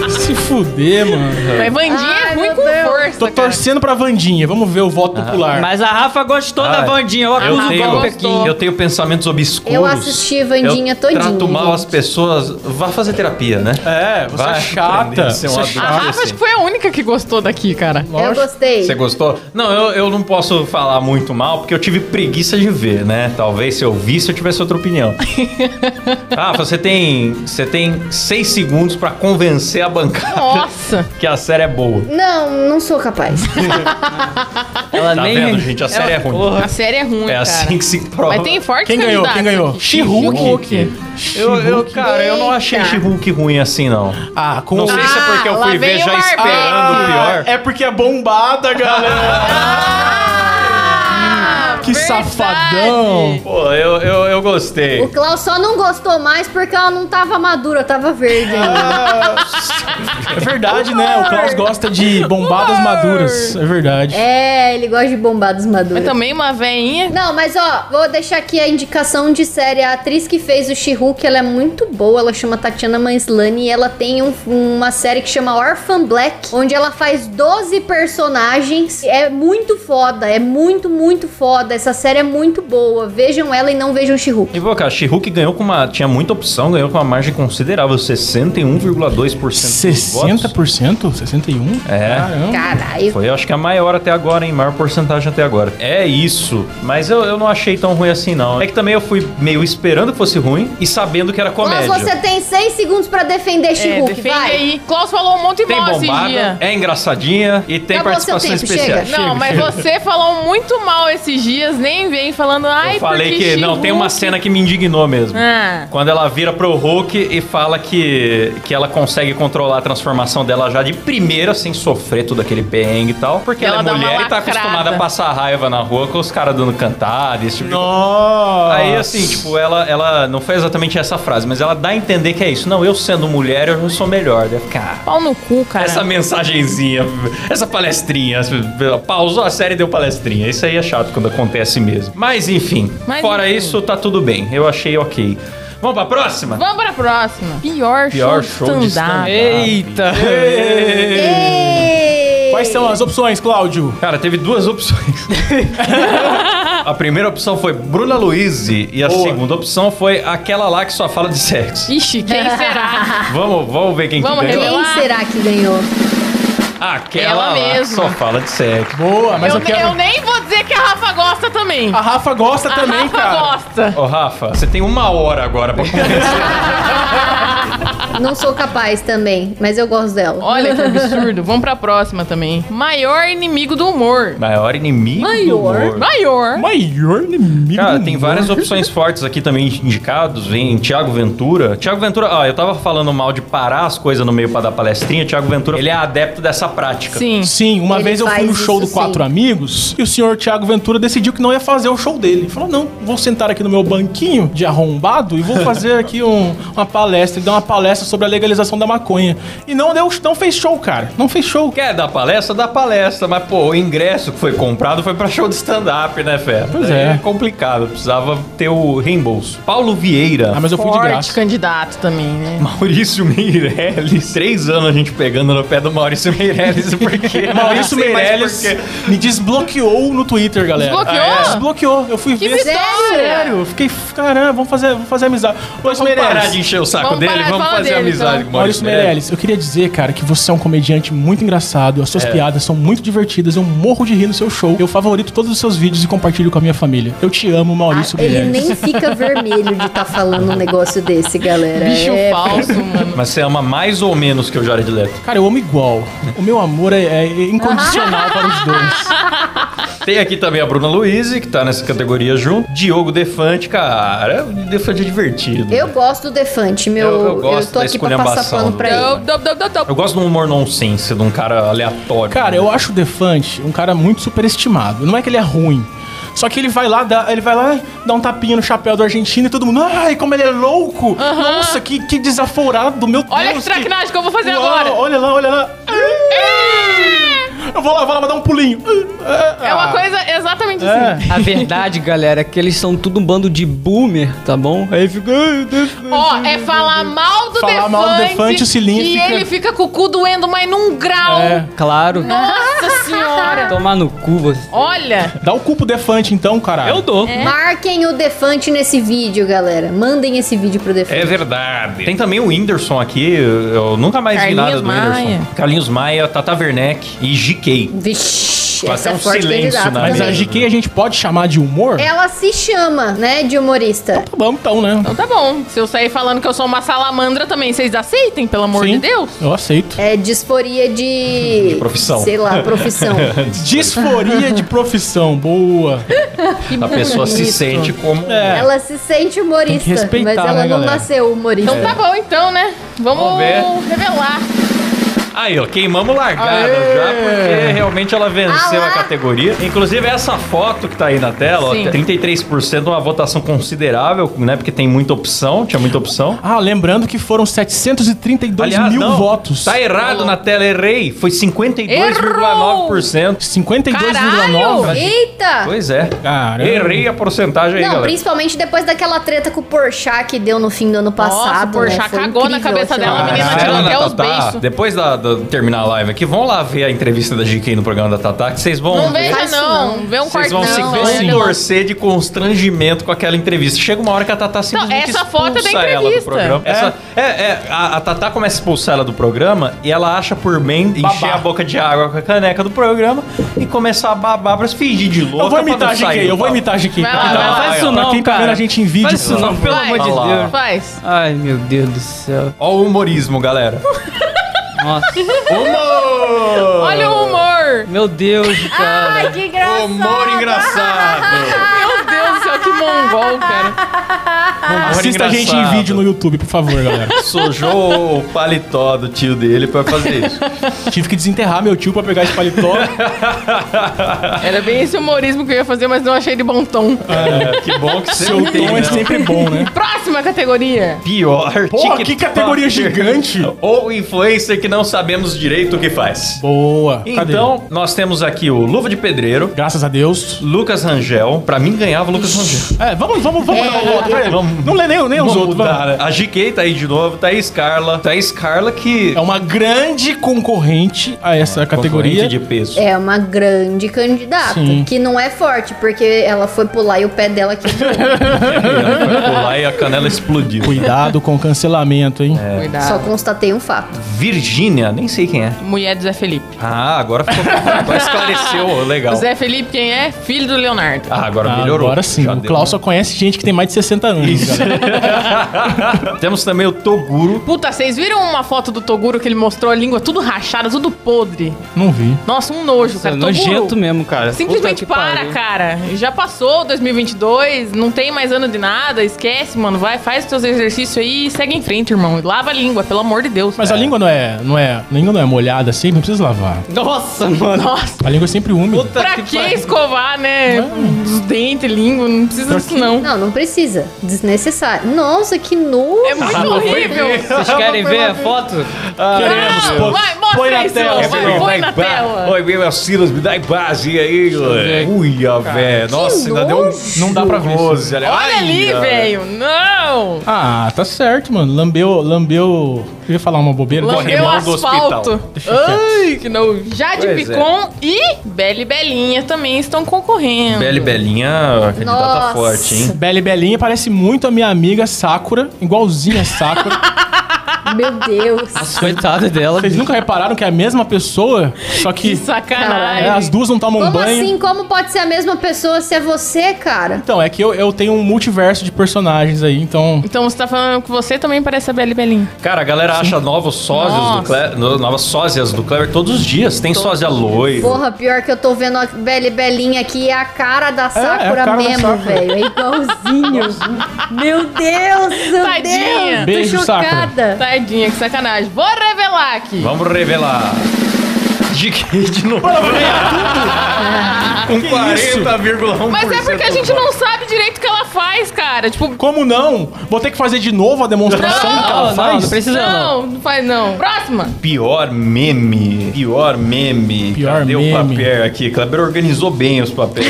D: Se fuder, mano.
E: Mas Vandinha é
B: Ai,
E: ruim
B: meu
E: com
B: Deus.
E: força.
D: Tô
E: cara.
D: torcendo pra Vandinha, vamos ver o voto popular.
C: Mas a Rafa gostou da
A: Ai,
C: Vandinha, eu
A: Eu
C: acuso o
A: tenho,
D: é
C: golpe
E: gostou.
C: aqui.
A: eu tenho pensamentos obscuros.
B: Eu assisti Vandinha
A: eu
B: todinha,
A: Trato mal
B: gente.
A: as pessoas. Vá fazer terapia, né?
D: É, você
A: Vai
D: é chata.
A: aprender a ser um adulto.
D: Você é
E: A
D: chata.
A: Ah,
E: Rafa acho
A: assim.
E: que foi a única que gostou daqui, cara.
B: Eu gostei.
A: Você gostou? Não, eu, eu não posso falar muito mal, porque eu tive preguiça de ver, né? Talvez se eu visse, eu tivesse outra
E: [laughs]
A: opinião. ah, você tem, você tem seis segundos pra convencer a bancada
E: Nossa.
A: que a série é boa.
B: Não, não sou capaz.
C: Ela
A: Tá
C: nem.
A: vendo, gente? A série é ruim.
E: A série é ruim,
A: É
E: cara.
A: assim que se prova.
E: Mas tem fortes
D: Quem ganhou?
E: candidatos
D: Quem ganhou?
E: aqui.
D: She-Hulk?
A: Eu, eu, cara, eu não achei
B: Eita.
A: She-Hulk ruim assim, não.
D: Ah, com
A: Não sei se é porque eu
E: lá
A: fui ver
E: vem o
A: já
E: Marvel.
A: esperando o pior.
D: É porque é bombada, galera.
E: Ah,
D: que
E: verdade.
D: safadão.
A: Pô, eu, eu, eu gostei.
B: O Klaus só não gostou mais porque ela não tava madura, tava verde ainda.
D: É verdade, né? O Klaus gosta de bombadas maduras. É verdade.
B: é, ele gosta de bombados maduros.
E: Mas também uma veinha.
B: Não, mas ó, vou deixar aqui a indicação de série. A atriz que fez o She-Hulk, ela é muito boa. Ela chama Tatiana Manslani e ela tem um- uma série que chama Orphan Black, onde ela faz 12 personagens. É muito foda, é muito, muito foda. Essa série é muito boa. Vejam ela e não vejam She-Hulk.
A: E pô, cara, She-Hulk ganhou com uma. Tinha muita opção, ganhou com uma margem considerável 61,2% dos votos.
D: 60%? 61?
A: É.
D: Caramba.
B: Caralho.
A: Foi, eu acho que a maior até agora, hein? Maior porcentagem até agora. É isso. Mas eu, eu não achei tão ruim assim, não. É que também eu fui meio esperando que fosse ruim e sabendo que era
B: Klaus,
A: comédia.
B: você tá tem 6 segundos pra defender
E: É,
B: She-Hulk,
E: defende
B: vai.
E: aí. Klaus falou um monte de
A: Tem
E: mal esses
A: bombada,
E: dias.
A: é engraçadinha e tem
B: Acabou seu
A: participações
B: tempo,
A: especiais.
B: chega.
E: Não, mas você falou muito mal esses dias, nem vem falando, ai,
A: Eu falei
E: porque
A: que. Não, tem uma
E: She-Hulk-
A: cena que me indignou mesmo.
E: Ah.
A: Quando ela vira pro Hulk e fala que, que ela consegue controlar a transformação dela já de primeira, sem sofrer todo aquele perrengue e tal. Porque
E: Ela
A: ela,
E: dá
A: é
E: uma
A: mulher e tá
E: lacrada.
A: acostumada a passar raiva na rua com os caras dando cantada, esse tipo de coisa.
D: Nossa.
A: Aí, assim, tipo, ela, ela não foi exatamente essa frase, mas ela dá a entender que é isso. Não, eu sendo mulher, eu sou melhor. Deve ficar.
E: Pau no cu, cara.
A: Essa mensagenzinha, essa palestrinha, pausou a série e deu palestrinha. Isso aí é chato quando acontece mesmo. Mas enfim,
E: Mas
A: fora
E: enfim.
A: isso, tá tudo bem. Eu achei ok. Vamos pra próxima?
E: Vamos pra próxima. Pior,
A: Pior
E: show,
A: show de
E: de stand-up.
A: stand-up.
C: Eita!
B: Ei!
D: Quais são as opções, Cláudio?
A: Cara, teve duas
E: [laughs]
A: opções. a primeira opção foi Bruna Luise e a
D: Boa.
A: segunda opção foi aquela lá que só fala de sexo.
E: Ixi,
B: [laughs]
E: quem será?
A: Vamos, vamos ver quem que
E: Ah. Vamos
A: ganhou.
E: revelar?
B: Quem será que ganhou?
A: Aquela
E: Ela
A: lá que
E: mesma.
A: só fala de sexo.
D: Boa, mas
E: eu,
D: eu, quero.
E: eu nem vou dizer que a Rafa gosta também.
D: A Rafa gosta
E: A
D: também,
E: Rafa
D: cara.
E: gosta.
A: Ô, Rafa, você tem uma hora agora pra
E: [laughs]
A: convencer.
B: Não sou capaz também, mas eu gosto dela.
E: Olha que absurdo. Vamos pra próxima também. Maior inimigo do humor.
A: Maior inimigo do humor.
E: Maior.
D: Maior inimigo.
A: Cara,
D: do
A: tem
D: mundo.
A: várias opções fortes aqui também indicados. Vem Thiago Ventura. Thiago Ventura, ó, eu tava falando mal de parar as coisas no meio pra dar palestrinha. Thiago Ventura, ele é adepto dessa prática.
E: Sim.
D: Sim, uma
B: Ele
D: vez eu fui
B: faz
D: no show
B: isso
D: do Quatro
B: sim.
D: Amigos e o senhor Thiago Ventura decidiu que não ia fazer o show dele. Ele falou: não, vou sentar aqui no meu banquinho de arrombado e vou
A: [laughs]
D: fazer aqui um- uma palestra. Ele deu uma palestra sobre a legalização da maconha. E não, deu, não fez show, cara. Não fez show.
A: Quer dar palestra? Dá palestra. Mas, pô, o ingresso que foi comprado foi pra show de stand-up, né, Fé?
D: Pois
A: Daí
D: é.
A: complicado. Precisava ter o reembolso. Paulo Vieira.
D: Ah, mas eu fui de
E: Forte
D: graça.
E: candidato também, né?
A: Maurício Meirelles. Três anos a gente pegando no pé do Maurício
D: [laughs]
A: Meirelles. Porque
D: Maurício
A: Não sei mais
D: Meirelles
A: por quê.
D: me desbloqueou no Twitter, galera. É,
E: Desbloqueou?
D: Desbloqueou. Eu fui ver.
E: vitória!
D: Sério? Eu fiquei, caramba, vamos fazer, vamos fazer amizade. Maurício
A: Vamos parar
D: Meirelles.
A: de encher o saco
E: Vamos
A: dele.
E: parar de
A: Vamos
E: falar
A: fazer
E: dele,
A: amizade
E: então.
A: com o
D: Maurício Meirelles, eu queria dizer, cara, que você é um comediante muito engraçado, as suas piadas são muito divertidas, eu morro de rir no seu show, eu favorito todos os seus vídeos e compartilho com a minha família. Eu te amo, Maurício
E: Ah,
A: é.
B: Ele
D: Meirelles.
B: nem fica vermelho de estar falando um negócio desse, galera.
E: Bicho
B: É-
E: falso, mano.
A: Mas você ama mais ou menos que o Jared Leto?
D: Cara, eu amo igual. O meu amor é, é incondicional
E: [laughs]
D: para os dois.
A: Tem aqui também a Bruna Luiz, que tá nessa categoria junto. Diogo Defante, cara. O Defante é divertido.
B: Eu gosto do Defante, meu.
A: Eu-
B: Eu,
A: eu gosto
B: tô
A: da
B: aqui pra passar
A: esculhambação
B: pano
A: do
B: pra
A: Defante.
B: ele.
E: Eu- dou- dou- dou- dou.
A: Eu gosto de um humor nonsense, de um cara aleatório.
D: Cara, eu acho o Defante um cara muito superestimado. Não é que ele é ruim. Só que ele vai lá, dá, ele vai lá, dá um tapinha no chapéu do argentino e todo mundo, ai, como ele é louco! Nossa, que, que desaforado, meu
E: Olha que
D: Deus! que-
E: traquinagem que eu vou fazer
D: Uau,
E: agora.
D: Olha lá, olha lá. Eu vou lá, vou lá, vou dar um pulinho.
E: É
D: Ah.
E: uma coisa
D: É.
E: exatamente assim.
C: A verdade, galera, é que eles são tudo um bando de boomer, tá bom? Aí fica. "Ai, Deus, Deus".
E: Ó, é falar mal do
D: Falar
E: Defante.
D: mal do Defante, o cilindro
E: E
D: fica-
E: ele fica com o cu doendo, mas num grau.
D: É.
C: Claro.
E: Nossa senhora.
C: Tomar no cu você.
E: Olha.
D: Dá o culpa defante então, caralho.
C: Eu dou.
B: É.
E: né?
B: Marquem o Defante nesse vídeo, galera. Mandem esse vídeo pro Defante.
A: É verdade. Tem também o Whindersson aqui. Eu eu nunca mais vi
E: Carlinhos
A: nada do
E: Maia.
A: Whindersson. Carlinhos Maia, Tata Werneck e GK.
B: Vixe,
A: Vai
B: essa
A: ter
B: é
A: um
B: forte
A: silêncio
B: candidata.
A: na
D: Mas
A: mesa.
D: a
B: também.
D: GK a gente pode chamar de humor?
E: É.
B: Ela se chama, né, de humorista.
D: Tá bom então, né?
E: Então tá bom. Se eu sair falando que eu sou uma salamandra também, vocês aceitem, pelo amor de Deus?
D: Eu aceito.
B: É disforia de.
A: profissão.
B: Sei lá,
D: [laughs]
B: profissão.
D: Disforia de profissão, boa.
A: A pessoa se
B: bonito.
A: sente como.
D: É.
B: ela se sente
D: Tem que
B: humorista,
D: respeitar,
B: mas ela
D: né,
B: não
D: galera?
B: nasceu humorista.
E: Então
D: É.
E: tá bom, então, né? Vamos,
A: Vamos ver.
E: revelar.
A: Aí, ó, queimamos largada
D: Aê!
A: já, porque realmente ela venceu
B: Ah
A: a
B: lá!
A: categoria. Inclusive, essa foto que tá aí na tela,
E: Sim.
A: ó, 33%, uma votação considerável, né? Porque tem muita opção, tinha muita opção.
D: Ah, lembrando que foram 732 mil
A: não,
D: votos.
A: Tá errado na tela, errei. Foi 52,9%.
D: 52,9.
B: Eita!
A: Pois é.
D: Caramba.
A: Errei a porcentagem
D: é,
A: aí,
B: Não,
A: galera.
B: principalmente deis daquela treta com o Porchat que deu no fim do ano
E: Nossa,
B: passado,
E: o
B: né?
E: Porchat
B: Foi
E: cagou na
B: incrível assim,
E: cabeça
B: aquilo
E: dela,
B: lá.
E: a menina
A: Caralho,
E: tirou até
A: Ana
E: os
A: Ah, Tatá,
E: beiços.
A: Depois da, da- terminar a live aqui, vão lá ver a entrevista da GK no programa da Tatá, que vocês vão
E: Não
A: ver.
E: veja,
B: Faz isso
E: não.
B: não.
E: Vê um
A: Vocês
E: quartão.
A: vão se
E: é
D: sim.
E: negócio.
A: contorcer de constrangimento com aquela entrevista. Chega uma hora que a Tatá simplesmente
E: essa foto é da
A: expulsa ela do
E: entrevista.
A: programa. Essa- é, é, a, a Tatá começa a expulsar ela do programa e ela acha por bem encher
D: Babar.
A: a boca de água com a caneca do programa e começar a babar pra se fingir de louca.
D: Eu vou
A: pra não
D: imitar a
A: sair
D: GK,
A: do
D: eu vou
A: papo.
D: imitar a GK.
E: Vai lá,
D: Pra-
E: vai lá,
C: faz
D: pra
C: isso não,
D: quem tá
C: cara.
D: vendo a gente em vídeo,
C: Faz isso não, pelo
E: Vai.
C: amor de
A: Olha lá.
C: Deus.
E: Faz.
C: Ai, meu Deus do céu.
A: Ó o humorismo, galera.
C: Nossa.
A: Humor!
E: Olha o
A: [laughs]
E: humor.
C: Meu Deus,
E: Ah,
C: cara.
F: Ai, que graça.
A: Humor
D: [laughs]
A: engraçado!
E: Meu Deus do céu, que mongol, cara.
D: Assista a gente em vídeo no YouTube, por favor, galera.
A: Sujou o paletó do tio dele pra fazer
D: [laughs]
A: isso.
D: Tive que desenterrar meu tio pra pegar
A: [laughs]
D: esse paletó.
E: Era bem esse humorismo que eu ia fazer, mas não achei de bom tom.
A: É, que bom que
D: Seu
A: você tem,
D: tom
A: né?
D: é sempre bom, né?
E: Próxima categoria.
A: Pior
D: Pô, que
A: TikToker
D: categoria gigante!
A: Ou influencer que não sabemos direito o que faz.
D: Boa. Cadê?
A: Então, nós temos aqui o Luva de Pedreiro,
D: graças a Deus.
A: Lucas Rangel. Pra mim, ganhava o Lucas Rangel.
D: É, vamos, vamos, vamos. dar o outro, velho.
A: vamos-
D: não lê nem, nem os
A: Vamos
D: outros.
A: mudar,
D: É. vamos.
A: né? A GK tá aí de novo, tá aí Scarla. Tá aí Scarla que...
D: É uma grande concorrente a essa
A: É
D: categoria.
A: concorrente de peso.
D: [laughs]
B: É uma grande candidata,
D: Sim.
B: que não é forte, porque ela foi pular e o pé dela aqui.
D: [laughs]
A: Ela foi lá e a canela explodiu.
D: Cuidado com o cancelamento, hein?
A: É,
B: Só
E: Cuidado.
B: constatei um fato.
A: Virgínia, nem sei quem é.
E: Mulher do Zé Felipe.
A: Ah, agora ficou... agora esclareceu,
E: O
A: legal.
E: Zé Felipe quem é? Filho do Leonardo.
A: Ah, agora
D: Ah,
A: melhorou.
D: Agora sim,
A: Já
D: o
A: deu né?
D: Paulo só conhece gente que tem mais de 60 anos, né? cara.
A: Temos também o Toguro.
E: Puta, vocês viram uma foto do Toguro que ele mostrou a língua tudo rachada, tudo podre?
D: Não vi.
E: Nossa, um nojo,
C: Nossa,
E: cara.
C: é nojento
E: Toguro,
C: mesmo, cara.
E: Simplesmente
C: Puta que
E: para,
C: pariu.
E: cara. Já passou 2022, não tem mais ano de nada, esquece, mano. Vai, faz os teus exercícios aí e segue em frente, irmão. Lava a língua, pelo amor de Deus.
D: Mas a
E: cara.
D: língua não é, não é, a língua não é molhada assim, não precisa lavar.
C: Nossa, mano.
E: Nossa,
D: A língua é sempre úmida.
C: Puta
E: pra que,
C: tá pariu.
E: escovar, né? Os dentes, língua, não precisa disso, não.
B: Não, não precisa. Desnecessário. Nossa, que nojo.
E: É
C: Ah,
E: muito horrível.
C: Vocês
E: [laughs]
C: querem ver a foto?
D: Queremos,
E: Não,
D: pô.
E: vai, mostra
C: Põe na
E: aí,
C: tela,
E: Silas,
C: Quer
E: vai,
C: ver?
E: põe na tela.
A: Oi, meu Silas, me dá em base aí,
C: ver.
A: ué. Uia, velho. Nossa, ainda deu um.
B: nojo.
D: Não dá pra ver. né?
A: Rose, olha
E: Olha ali,
A: Ai,
E: velho. Não!
D: Ah, tá certo, mano. Lambeu, lambeu. Eu ia falar uma bobeira.
E: Lambeu o
A: Corrimão do
E: asfalto.
D: hospital.
A: [laughs]
E: Ai, que não. Jade
A: Pois é.
E: Picon e Belle Belinha também estão concorrendo.
A: Bela e Belinha, candidata
B: Nossa.
A: forte, hein?
D: Bela e Belinha parece muito a minha amiga Sakura, igualzinha a Sakura.
B: Meu Deus.
C: Coitada dela.
D: Vocês nunca repararam que é a mesma pessoa, só que
E: Que sacanagem.
D: é, as duas não tomam
B: Como
D: banho.
B: assim? Como pode ser a mesma pessoa se é você, cara?
D: Então, é que eu, eu tenho um multiverso de personagens aí, então.
E: Então você tá falando que você também parece a Belle Belinha.
A: Cara, a galera acha novos sósias do
E: Nossa.
A: Cle... no- novas sósias do Clever todos os dias. Tem sósia loira.
B: Porra, pior que eu tô vendo a Belle Belinha aqui, é a cara da Sakura
D: a cara da
B: mesmo,
D: Sakura.
B: velho. É igualzinho. meu Deus, meu
E: Tadinha.
B: Deus.
D: Beijo,
B: tô chocada.
E: Tadinha, que sacanagem. Vou revelar aqui.
A: Vamos
E: [laughs]
A: revelar. De que de novo? Um
D: um
A: Com tá. 40,1%.
E: Mas é porque a gente não sabe direito o que ela faz, cara. Tipo,
D: Como não? Vou ter que fazer de novo a demonstração
E: Não,
D: que ela
C: não,
D: faz?
C: não precisa não.
E: não, não faz não. Próxima.
A: Pior meme. Pior meme.
D: Pior
A: Cadê o
D: meme.
A: papel aqui? Kleber organizou bem os
D: [laughs]
A: papéis.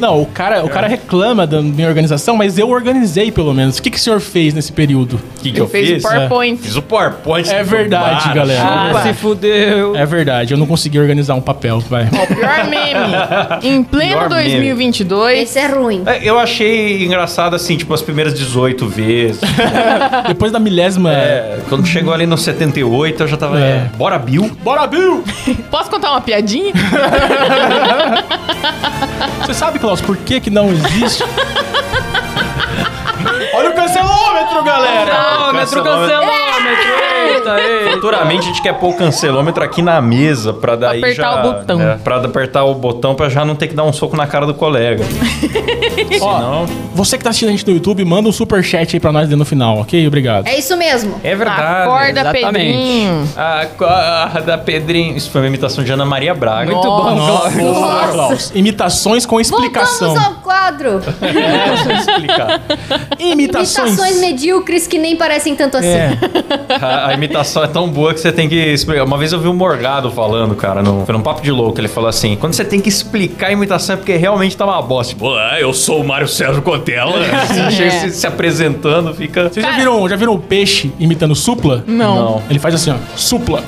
D: Não, o cara, o cara reclama da minha organização, mas eu organizei pelo menos. O que, que o senhor fez nesse período?
A: O que, que eu
E: fez
A: fiz?
E: o PowerPoint.
A: Fiz o PowerPoint.
D: É verdade,
A: Tomara,
D: galera.
A: chupa.
C: Ah, se fudeu.
D: É verdade, eu não consegui organizar um papel, vai.
E: Ó, pior
A: [laughs]
E: meme. Em pleno
A: Pior meme.
E: 2022.
B: Esse é ruim.
A: É, Eu achei engraçado, assim, tipo, as primeiras 18
D: [laughs]
A: vezes.
D: Depois da milésima.
A: É, quando chegou ali no 78, eu já tava.
D: É.
A: é, Bora, Bill?
D: Bora, Bill!
E: Posso contar
A: [laughs]
E: uma piadinha?
A: É
D: Você sabe, Klaus, por que, que não existe? Olha o cancelômetro, galera!
C: Cancelômetro, cancelômetro.
E: É.
C: Eita, eita.
A: Futuramente a gente quer pôr o cancelômetro aqui na mesa pra daí
E: Apertar
A: já,
E: o botão.
A: né, pra apertar o botão pra já não ter que dar um soco na cara do colega. Senão.
D: Você que tá assistindo a gente no YouTube, manda um superchat aí pra nós dentro no final, ok? Obrigado.
B: É isso mesmo.
A: É verdade.
E: Acorda,
C: exatamente.
E: Pedrinho.
A: Acorda, Pedrinho. Isso foi uma imitação de Ana Maria Braga.
C: Muito bom,
D: Nossa,
C: Cláudio.
B: Nossa.
D: Klaus. Imitações com explicação.
B: Voltamos ao quadro.
A: É, deixa eu explicar.
D: Imitações.
B: Imitações medíocres que nem parecem tanto assim.
D: É.
A: A, a imitação é tão boa que você tem que explicar. Uma vez eu vi o Morgado falando, cara, no, foi num papo de louco. Ele falou assim: quando você tem que explicar a imitação é porque realmente tá uma bosta. Tipo, ah, eu sou o Mário Sérgio Cotella.
D: [laughs] É.
A: Você chega se, se apresentando, fica.
D: Vocês já viram, já viram o peixe imitando supla?
E: Não.
D: Ele faz assim, ó. Supla.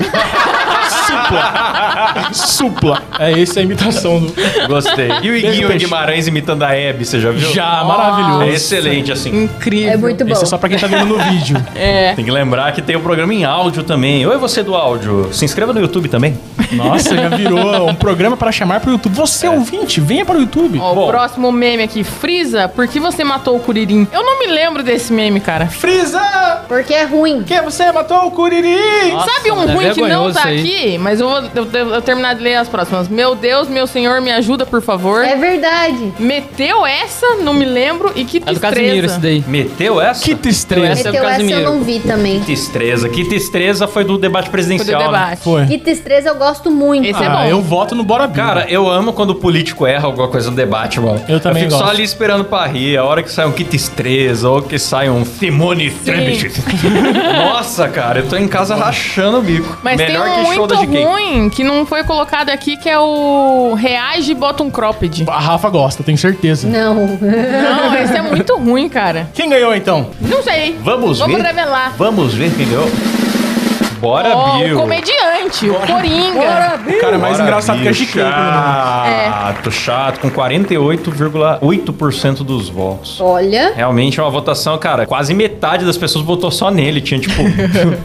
D: supla. Supla. É essa a imitação do.
A: Gostei. E o
D: Beijo,
A: Iguinho
D: peixe.
A: Guimarães imitando a Hebe, você já viu?
D: Já, maravilhoso.
A: É excelente, assim.
E: Incrível.
B: É muito bom.
D: Esse é só pra quem tá vendo no vídeo.
E: É.
A: Tem que lembrar que tem o programa em áudio também. Oi, você do áudio. Se inscreva no YouTube também.
D: Nossa, já virou um programa para chamar pro YouTube. Você, ouvinte, venha para o YouTube.
E: É. Ó,
A: Bom.
E: o próximo meme aqui. Frieza, por que você matou o Curirim? Eu não me lembro desse meme, cara.
D: Frieza!
B: Porque é ruim.
D: Que você matou o Curiri!
C: Nossa,
E: Sabe um
C: mano, é
E: ruim que não
C: vergonhoso
E: tá
C: isso aí.
E: aqui? Mas eu vou eu, eu- eu terminar de ler as próximas. Meu Deus, meu senhor, me ajuda, por favor.
B: É verdade.
E: Meteu essa, não me lembro. E que
C: É do Casimiro
E: tristeza.
C: isso daí.
A: Meteu essa?
D: Que tristeza.
C: Essa é do
B: Meteu essa eu
C: Casimiro.
B: não vi também.
A: Que tristeza. Que tristeza foi do debate
E: Foi do
A: presidencial. né?
E: debate.
D: Foi.
B: Que tristeza eu gosto muito.
E: Esse é
D: Ah,
E: bom.
D: eu voto no Bora Bill.
A: Cara, eu amo quando o político erra alguma coisa no debate, mano.
D: Eu também
A: fico só
D: gosto.
A: ali esperando pra rir. A hora que sai um que tristeza, ou que sai um Simone
E: [laughs]
A: Trebich. Nossa, cara, eu tô em casa rachando o bico.
E: Mas
A: Melhor
E: tem um
A: que show
E: muito
A: da GK.
E: ruim que não foi colocado aqui, que é o Reage e Bota um
D: [laughs]
E: Cropped.
D: A Rafa gosta, tenho certeza.
B: Não. [laughs]
E: Não, esse é muito ruim, cara.
D: Quem ganhou então?
E: Não sei.
A: Vamos,
E: Vamos
A: ver?
E: revelar.
A: Vamos ver quem ganhou. Bora,
E: Ó,
A: Bill.
E: o comediante, o Coringa.
D: Cara, é mais
A: Bora,
D: engraçado que a
A: Bill,
D: Chiquinha. pelo menos.
A: né?
E: É.
A: Chato, chato, com 48,8% dos votos.
B: Olha.
A: Realmente é uma votação, cara. Quase metade das pessoas votou só nele. Tinha, [laughs] tipo,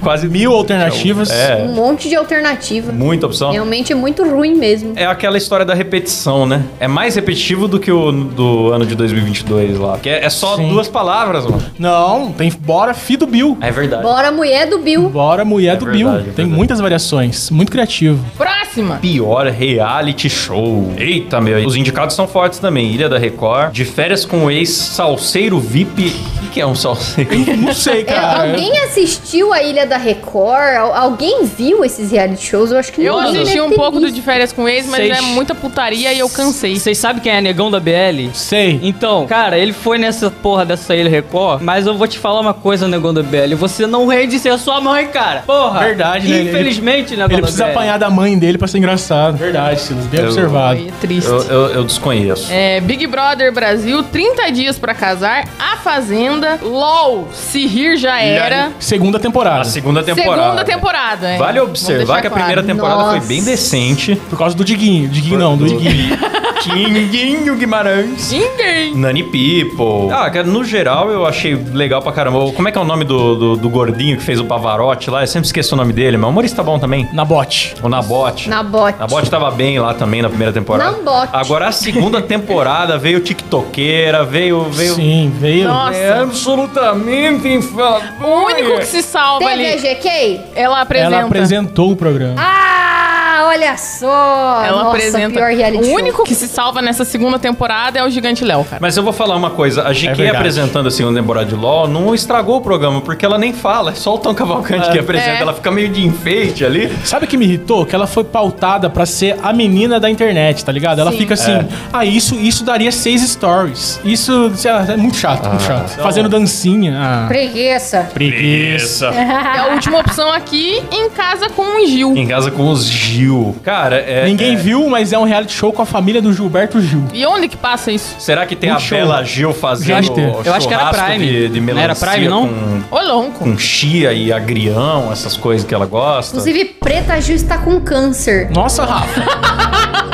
A: quase
D: Mil alternativas.
A: É,
B: Um monte de alternativa.
A: muita opção.
B: Realmente é muito ruim mesmo.
A: É aquela história da repetição, né? É mais repetitivo do que o do ano de 2022 lá. Que é, é só
D: Sim.
A: duas palavras, mano.
D: Não, tem bora fi do Bill.
A: É verdade.
B: Bora, mulher do Bill.
D: Bora mulher
A: É
D: do
A: verdade,
D: Bill.
A: é
D: Tem
A: verdade.
D: muitas variações. Muito criativo.
E: Próxima.
A: Pior reality show. Eita, meu. Os indicados são fortes também. Ilha da Record, de férias com o ex-salseiro VIP. O que que é um [laughs] salseiro?
D: Não sei,
B: É,
D: cara.
B: alguém assistiu a Ilha da Record? Al- alguém viu esses reality shows? Eu acho que
E: Eu
B: ninguém né?
E: assisti
B: deve
E: um
B: ter
E: pouco do
B: visto.
E: De Férias com Ex, mas
C: Seis.
E: é muita putaria e eu cansei.
C: Vocês sabem quem é negão da BL?
D: Sei.
C: Então, cara, ele foi nessa porra dessa Ilha Record, mas eu vou te falar uma coisa, Negão da BL. Você não rende ser sua mãe, cara. Porra.
D: Verdade, né? Ele-
C: Infelizmente, Negão
D: Ele
C: da
D: precisa
C: BL.
D: apanhar da mãe dele pra ser engraçado. Verdade, Silas. Bem
A: Eu-
D: observado.
E: Foi triste.
A: Eu, eu- eu desconheço.
E: É, Big Brother Brasil, 30 dias pra casar, A Fazenda, LOL, Se Rir Já Era,
D: Segunda temporada.
A: A segunda temporada.
E: segunda temporada. hein?
A: Vale
E: É, Vamos
A: observar
E: deixar
A: que a
E: claro.
A: primeira temporada foi
B: Nossa.
A: bem decente.
D: Por causa do Diguinho. Diguinho não, do Diguinho.
A: [laughs] Tinguinho Guimarães.
E: Ninguém.
A: Nani People. Ah, cara, no geral eu achei legal pra caramba. Como é que é o nome do, do, do gordinho que fez o Pavarotti lá? Eu sempre esqueço o nome dele, mas o humorista bom também.
D: Na bote.
A: O Nabote.
B: Nabote.
A: Nabote tava bem lá também na primeira temporada.
B: Nabote.
A: Agora a segunda temporada veio tiktokeira, veio... veio... É
D: Sim, veio.
E: Nossa.
A: absolutamente infalível.
E: O único que se salva
B: Teve a
E: ali,
B: GK?
E: ela apresenta.
D: Ela apresentou o programa.
B: Ah, olha só.
E: Ela
B: Nossa,
E: apresenta.
B: pior reality
E: o
B: show.
E: único que se salva nessa segunda temporada é o Gigante Léo, cara.
A: Mas eu vou falar uma coisa, a GK
D: É verdade.
A: apresentando a segunda temporada de LOL não estragou o programa, porque ela nem fala, é só o Tom Cavalcante que apresenta,
E: É.
A: ela fica meio de enfeite ali.
D: Sabe o que me irritou? Que ela foi pautada pra ser a menina da internet, tá ligado? Ela
E: Sim.
D: fica
A: É.
D: assim, ah, isso, isso daria seis stories. Isso, sei lá, é muito chato, muito
A: Ah,
D: chato. Fazendo dancinha. Ah,
B: Preguiça.
D: preguiça.
E: É a última opção aqui, em casa com o Gil.
A: [laughs] Em casa com os Gil. Cara, é.
D: Ninguém
A: é-
D: viu, mas é um reality show com a família do Gilberto Gil.
E: E onde que passa isso?
A: Será que tem
D: Um
A: a
D: show.
A: Bela Gil fazendo
D: Deve ter.
C: Eu acho que era
A: churrasco
C: Prime.
A: De, de
C: Não era
A: melancia
C: Prime, não?
A: Com,
E: Ô, lonco.
A: com chia e agrião, essas coisas que ela gosta.
B: Inclusive, Preta Gil está com câncer.
D: Nossa, Rafa.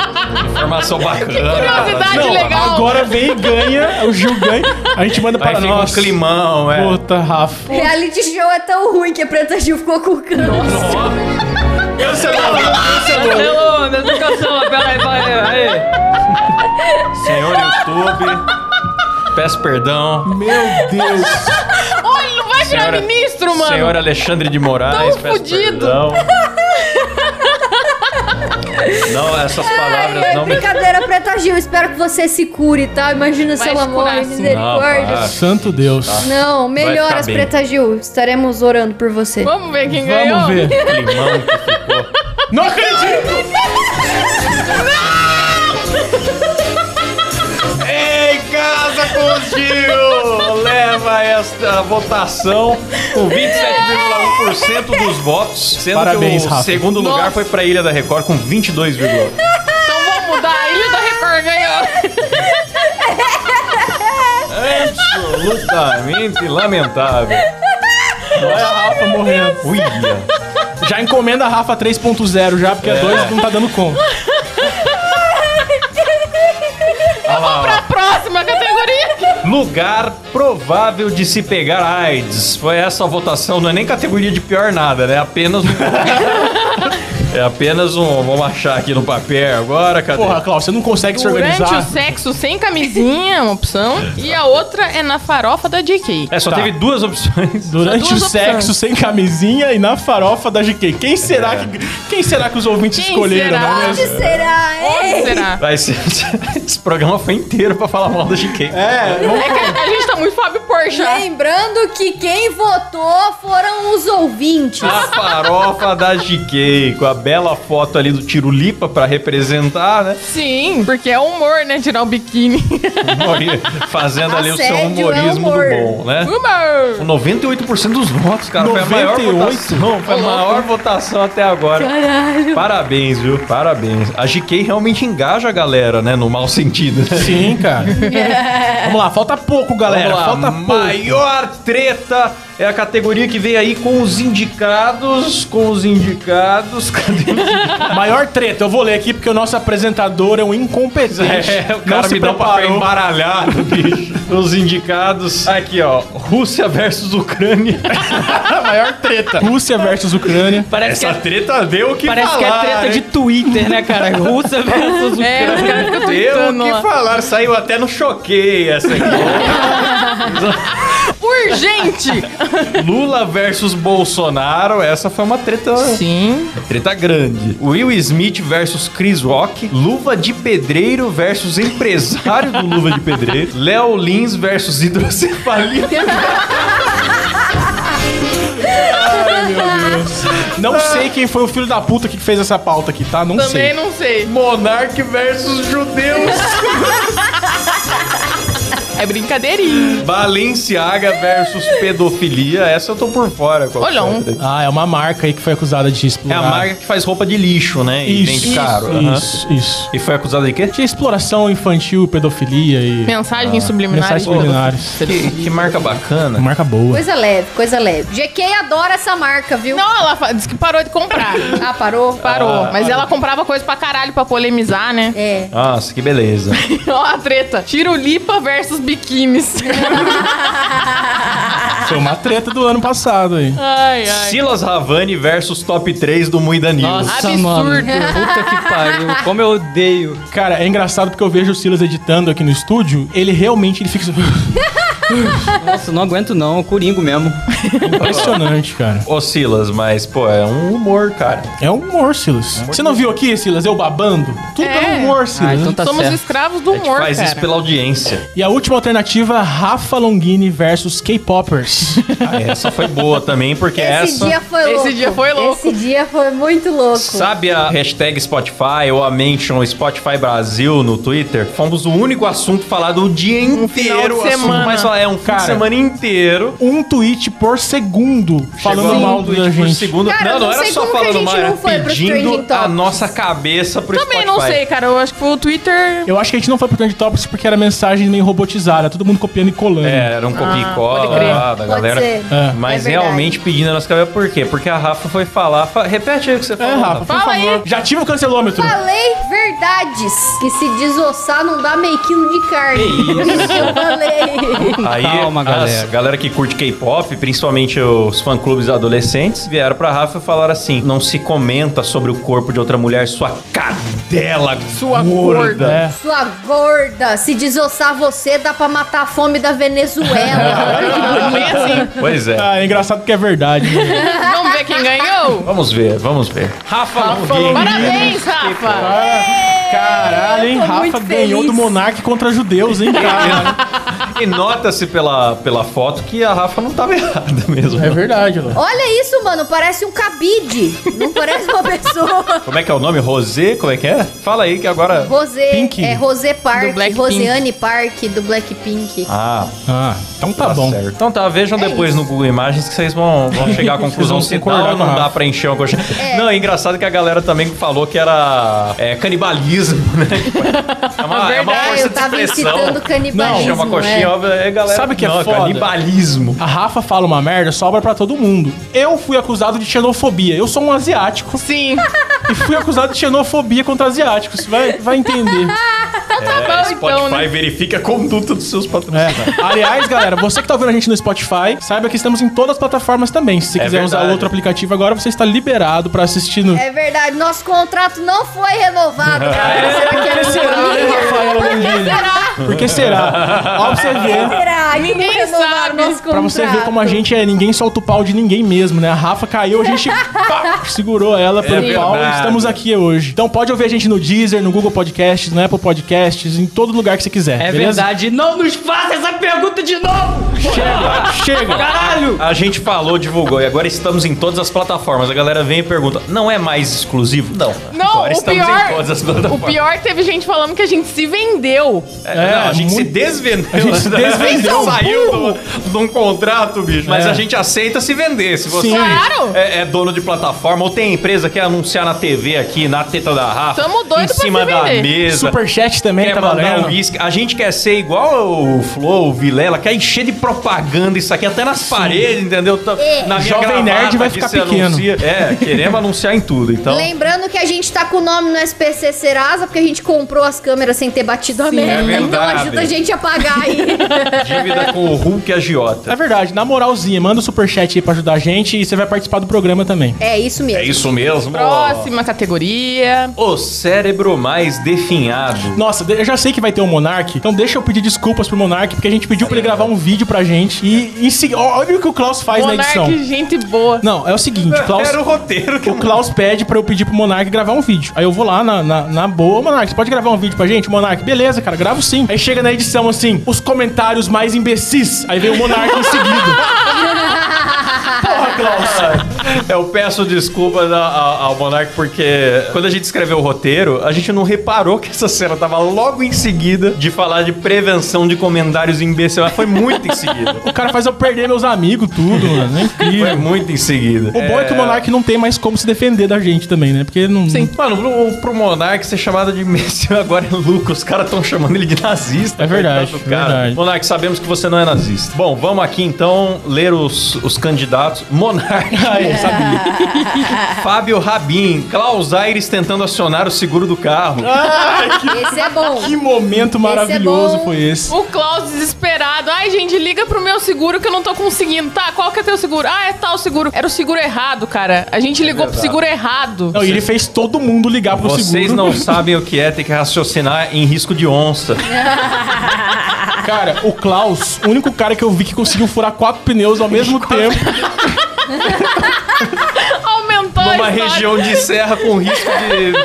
C: [laughs]
A: Informação bacana.
E: curiosidade
A: É Não,
E: legal.
D: Agora vem e ganha, o Gil ganha. A gente manda
A: Aí
D: para
A: fica
D: nós.
A: um climão, é.
D: Puta, Rafa.
B: Reality show é tão ruim que a Preta Gil ficou com câncer.
A: Cancelou,
C: [laughs]
A: cancelou.
C: Cancelou, meu Deus, cancelou. Pera aí, pera aí. aí.
A: Senhor YouTube, peço perdão.
D: Meu Deus.
E: Ô, ele não vai virar ministro, mano.
A: Senhor Alexandre de Moraes,
E: Tão
A: peço
E: fudido. [laughs]
A: perdão. Não, essas palavras
B: É
A: não me...
B: brincadeira, Preta Gil. Espero que você se cure, tá? Imagina
E: Vai
B: seu
E: se
B: amor,
E: curar, sim.
A: Não, para.
B: misericórdia.
D: Santo Deus.
A: Tá.
B: Não,
A: ficar
B: melhoras,
A: bem.
B: Preta Gil. Estaremos orando por você.
E: Vamos ver quem ganhou.
D: Vamos ver.
A: Climão que ficou.
D: Não acredito!
A: Em casa com o Gil! Leva esta votação com 27,1% dos votos. Sendo
D: Parabéns,
A: que o
D: Rafa.
A: segundo lugar
E: Nossa.
A: foi pra Ilha da Record com 22,1%.
E: Então vamos mudar. A Ilha da Record ganhou.
A: Absolutamente lamentável. é,
D: Olha a É, Rafa morrendo.
A: Uia.
D: Já encomenda a Rafa 3.0 já,
A: É.
D: porque a 2 não tá dando conta.
A: Olha lá, ó.
E: Pra próxima categoria.
A: Lugar provável de se pegar AIDS. Foi essa a votação, não é nem categoria de pior nada, né? Apenas um. é apenas um. Vamos achar aqui no papel agora, cadê?
D: Porra, Klaus, você não consegue se
E: Durante o
D: organizar.
E: sexo sem camisinha, uma opção. E a outra é na farofa da JK.
A: É, só
D: Tá.
A: teve duas opções.
D: Durante o
E: São duas
D: sexo,
E: opções.
D: sem camisinha e na farofa da GK. Quem será
A: É.
D: que quem será que os ouvintes
E: Quem
D: escolheram,
E: será?
D: não é
B: Onde
D: mesmo?
B: será, hein?
E: Será?
A: Vai ser. Esse programa foi inteiro pra falar mal da GK.
D: É,
E: É que a, a gente tá muito
B: É.
E: Fábio Porchat.
B: Lembrando que quem votou foram os ouvintes.
E: Ah.
A: A farofa da GK, com a bela foto ali do Tirulipa pra representar, né?
E: Sim, porque é humor, né? Tirar o biquíni.
A: Humori- Fazendo ali o seu
B: Assédio é
A: humorismo
B: humor.
A: do bom, né? Com
E: Humor.
A: 98% dos votos, cara. Foi a maior
D: 98?
A: votação. Foi a maior votação até agora. Parabéns, viu? Parabéns. A GK realmente engaja a galera, né? No mau sentido. né? [laughs]
D: sim, cara. Vamos lá, falta pouco, galera.
A: Vamos lá,
D: Falta pouco.
A: maior treta É a categoria que vem aí com os indicados, com os indicados. Cadê os
D: Maior treta, eu vou ler aqui porque o nosso apresentador é um incompetente.
A: [laughs] É, o
D: Não
A: cara
D: se
A: me dá um papel
D: preparou.
A: embaralhado, bicho. Os indicados. Aqui, ó. Rússia versus Ucrânia.
D: Maior treta. Rússia versus Ucrânia.
C: Parece,
A: Essa
C: que, é,
A: treta deu o que
C: parece
A: falar. né?
C: que é treta
A: [laughs]
C: de
A: hein?
C: Twitter, né, cara? Rússia versus
E: É, os
C: Ucrânia.
E: caras ficam
A: Deu
E: tweetando
A: o que
E: lá.
A: falar. Saiu até no choquei essa
C: [laughs]
A: aqui.
E: Urgente!
A: Lula versus Bolsonaro. Essa foi uma treta.
E: Sim.
A: Treta grande. Will Smith versus Chris Rock. Luva de pedreiro versus empresário do Luva de Pedreiro. Léo Lins versus hidrocefalia.
D: Não sei quem foi o filho da puta que fez essa pauta aqui, tá? Não
E: Também
D: sei.
E: não sei.
A: Monarque versus judeus.
E: É brincadeirinha.
A: Balenciaga versus pedofilia. Essa eu tô por fora. qual
E: Olha,
A: que é?
E: um-
D: Ah, é uma marca aí que foi acusada de
A: É
D: explorar.
A: a marca que faz roupa de lixo, né? E
D: Isso,
A: vende caro.
D: isso,
A: aham.
D: isso, isso.
A: E foi acusada de quê?
D: Tinha exploração infantil, pedofilia e...
E: Mensagens subliminares.
D: Mensagens subliminares.
A: Que, que marca bacana.
D: Marca boa.
B: Coisa leve, coisa leve. GK adora essa marca, viu?
E: Não, ela fa- disse que parou de comprar.
B: Ah, parou?
E: Parou. mas ela comprava coisa pra caralho pra polemizar, né?
B: É.
A: Nossa, que beleza.
E: [laughs] Ó a treta. Tirulipa versus biquínis.
C: é.
D: Foi uma treta do ano passado aí.
E: ai, ai.
A: Silas Ravani versus top 3 do Muida News.
C: Nossa,
E: Absurdo.
C: mano. Puta que pariu. Como eu odeio.
D: Cara, é engraçado porque eu vejo o Silas editando aqui no estúdio, ele realmente ele fica... [laughs]
C: Nossa, não aguento não. é Coringo mesmo.
D: Impressionante, cara.
A: Ô Silas, mas pô, é um humor, cara.
D: É um humor, Silas. Você não viu aqui, Silas, eu babando? Tudo é,
E: É.
D: um humor, Silas.
C: então tá
E: Somos
C: certo.
E: escravos do
A: A gente
E: humor,
A: faz
E: cara.
A: isso pela audiência.
D: E a última alternativa, Rafa Longini versus
C: [laughs]
D: K-Poppers.
A: Ah, essa foi boa também, porque
B: Esse
A: essa.
B: dia foi
E: Esse
B: louco.
E: dia foi louco.
B: Esse dia foi muito louco.
A: Sabe a hashtag Spotify ou a mention Spotify Brasil no Twitter? Fomos o único assunto falado o dia
E: final
A: inteiro.
E: de
A: o assunto
E: semana.
A: mais falado. é um fim
D: Cara,
A: de semana inteiro.
D: um tweet por segundo falando
A: Chegou
D: mal
A: um
D: do
A: tweet
D: da
A: por
D: gente.
A: segundo.
B: Cara,
A: não,
B: eu
A: não
B: não
A: era
B: sei
A: só
B: como que a
A: falando
B: gente
A: mal,
B: não
A: era
B: foi pros trending
A: pedindo a
B: topics.
A: nossa cabeça pro
E: Também
A: Spotify.
E: não sei, cara. Eu acho que foi
A: [laughs]
E: o Twitter.
D: Eu acho que a gente não foi pro Trend Topics porque era mensagem meio robotizada, todo mundo copiando e colando.
A: É, era um copia e cola
E: pode crer.
A: lá da
B: Ah, Pode
A: galera. Ah.
B: ser.
D: É.
A: Mas
B: É verdade.
A: realmente pedindo a nossa cabeça, por quê? Porque a Rafa foi falar. fa- Repete aí o que você
D: É,
A: falou.
D: Rafa, por
E: Fala
D: favor.
E: aí.
D: Já tive o cancelômetro.
B: Falei verdades. Que se desossar não dá meio quilo de carne. [laughs] Isso eu falei.
A: Aí,
C: Calma,
A: as-
C: galera.
A: galera que curte K-pop, principalmente os fã-clubes adolescentes, vieram pra Rafa e falaram assim: não se comenta sobre o corpo de outra mulher, sua cadela,
E: Sua gorda.
D: É.
B: Sua gorda, se desossar você dá pra matar a fome da Venezuela. Olha que bonito.
E: Bem é assim.
A: Pois é.
D: Ah, é engraçado porque é verdade. né?
E: [laughs] Vamos ver quem ganhou.
A: Vamos ver, vamos ver. Rafa, Longini.
E: Parabéns, Rafa.
D: Ah, Caralho, hein?
B: Eu tô
D: Rafa
B: muito
D: ganhou
B: feliz.
D: do Monark contra judeus, hein, cara?
A: [laughs] E nota-se pela, pela foto que a Rafa não tava errada mesmo.
D: é verdade, Lô.
B: Olha isso, mano. Parece um cabide. Não parece uma [laughs] pessoa.
A: Como é que é o nome? Rosé? Como é que é? Fala aí que agora.
B: Rosé,
D: Pink.
B: é Rosé Park,
E: Do Blackpink.
B: Roseane Park do Blackpink.
A: Ah,
D: Ah, então tá, bom.
A: certo. Então tá, vejam
B: É
A: depois
B: isso.
A: no Google Imagens que vocês vão,
D: [laughs]
A: vão chegar à conclusão
D: Vocês
A: se
D: vão concordar
A: dá ou
D: com a
A: não dá
D: Rafa.
A: pra encher uma coxinha. Não, é engraçado que a galera também falou que era é, canibalismo, né? É uma, é uma
E: Verdade,
A: força
B: eu
A: de
B: tava
A: expressão.
B: incitando
D: Não,
A: Encher
B: canibalismo.
A: uma coxinha,
B: é.
A: óbvio, é galera.
D: Sabe o que é
A: não,
D: foda?
A: Canibalismo.
D: A Rafa fala uma merda, sobra pra todo mundo. Eu fui acusado de xenofobia. Eu sou um asiático
E: Sim.
D: e fui acusado de xenofobia contra asiáticos. Vai, vai [laughs] entender.
E: Tá bom, então, né?
A: É, verifica a conduta dos seus patrocinadores.
D: É. Aliás, galera, você que tá ouvindo a gente no Spotify, saiba que estamos em todas as plataformas também. Se você
A: É
D: quiser usar
A: verdade.
D: outro aplicativo agora, você está liberado pra assistir no.
B: É verdade, nosso contrato não foi renovado,
A: [laughs]
B: galera.
D: Por
B: Será que é
E: tá
D: que será, né,
B: culpa
D: Rafael Longini? Por que será? Ó, pra você
B: minha?
D: ver.
B: Será que
E: Ninguém
B: não renovaram
E: sabe.
B: nosso contrato?
D: Pra você ver como a gente é, ninguém solta o pau de ninguém mesmo, né? A Rafa caiu, a gente pá, segurou ela pelo
A: É
D: pau e
A: verdade.
D: estamos aqui hoje. Então pode ouvir a gente no Deezer, no Google Podcasts, no Apple Podcasts, em todo lugar que você quiser.
C: É
D: beleza?
C: verdade. Não nos faça essa pergunta de novo.
D: Chega, chega.
C: Caralho.
A: A gente falou, divulgou e agora estamos em todas as plataformas. A galera vem e pergunta: não é mais exclusivo? Não.
E: Não,
A: agora
E: o
A: estamos
E: pior-
A: em todas as plataformas.
E: O pior teve gente falando que a gente se vendeu.
A: É, não, a gente se
D: muito-
A: desvendeu.
D: A gente se
A: né? [laughs]
D: desvendeu.
E: Então
A: saiu do- de um contrato, bicho. Mas
D: É.
A: a gente aceita se vender. Se você
D: Sim.
E: Claro.
A: é, é dono de plataforma ou tem empresa que quer anunciar na TV aqui, na teta da Rafa,
E: Tamo doido
A: em
E: pra
A: cima
E: se
A: da
E: vender.
A: mesa.
D: Superchat também
A: Quer
D: tá
A: mandar um
D: valendo.
A: uísque. A gente quer ser igual o Flow, o Vilela, quer encher de propaganda isso aqui, até nas paredes, entendeu? Tá-
E: É.
A: Na minha
D: Jovem
A: gravata
D: Nerd vai
A: aqui
D: ficar
A: você
D: pequeno.
A: anuncia. É, queremos anunciar em tudo, então.
B: Lembrando que a gente tá com o nome no SPC Serasa, porque a gente comprou as câmeras sem ter batido a
A: é
B: merda. então
A: verdade.
B: ajuda a gente a pagar aí.
A: Dívida com o Hulk e a Giota.
D: É verdade, na moralzinha, manda o superchat aí pra ajudar a gente e você vai participar do programa também.
B: é isso mesmo.
A: É isso mesmo.
E: Próxima categoria.
A: O cérebro mais definhado.
D: Nossa, de- eu já sei que vai ter um Monark, então deixa eu pedir desculpas pro Monark, porque a gente pediu pra ele gravar um vídeo pra gente e, em se- ó, olha o que o Klaus faz na
E: Monarque,
D: edição.
E: gente boa.
D: Não, é o seguinte, Klaus...
A: Era o roteiro que
D: O Klaus pede pra eu pedir pro Monark gravar um vídeo. Aí eu vou lá na, na, na boa, Monark, você pode gravar um vídeo pra gente? Monark, beleza, cara, gravo sim. Aí chega na edição assim, os comentários mais imbecis. Aí vem o Monark em seguida.
A: Porra, [laughs] Klaus! Eu peço desculpas a- a- ao Monark porque quando a gente escreveu o roteiro, a gente não reparou que essa cena tava logo em seguida de falar de prevenção de comentários imbecil. Mas Foi muito em
D: [laughs]
A: seguida.
D: O cara faz eu perder meus amigos, tudo, mano. É incrível.
A: Foi muito em seguida.
D: O bom é que o Monark não tem mais como se defender da gente também, né? Porque não. Sim.
A: Mano, pro, pro Monark ser chamado de imbecil [laughs] agora é lucro. Os caras estão chamando ele de nazista.
D: É verdade,
A: coitado do cara.
D: verdade.
A: Monark, sabemos que você não é nazista. Bom, vamos aqui então ler os, os candidatos.
D: [laughs]
A: Monark.
D: sabia.
A: Fábio Rabin, Klaus Aires tentando acionar o seguro do carro.
D: Ah,
B: Esse
A: [laughs]
B: é bom.
D: Que momento maravilhoso
B: bom.
D: foi esse.
E: O Klaus desesperado. Ai, gente, liga pro meu seguro que eu não tô conseguindo. Tá, qual que é teu seguro? Ah, é tal seguro. Era o seguro errado, cara. A gente ligou pro seguro errado.
D: Não, e ele fez todo mundo ligar pro
A: Vocês
D: seguro.
A: não sabem o que é ter que raciocinar em risco de onça.
D: Cara, o Klaus, o único cara que eu vi que conseguiu furar quatro pneus ao mesmo tempo.
E: [laughs] Aumentou a
A: Numa
E: história.
A: região de serra com risco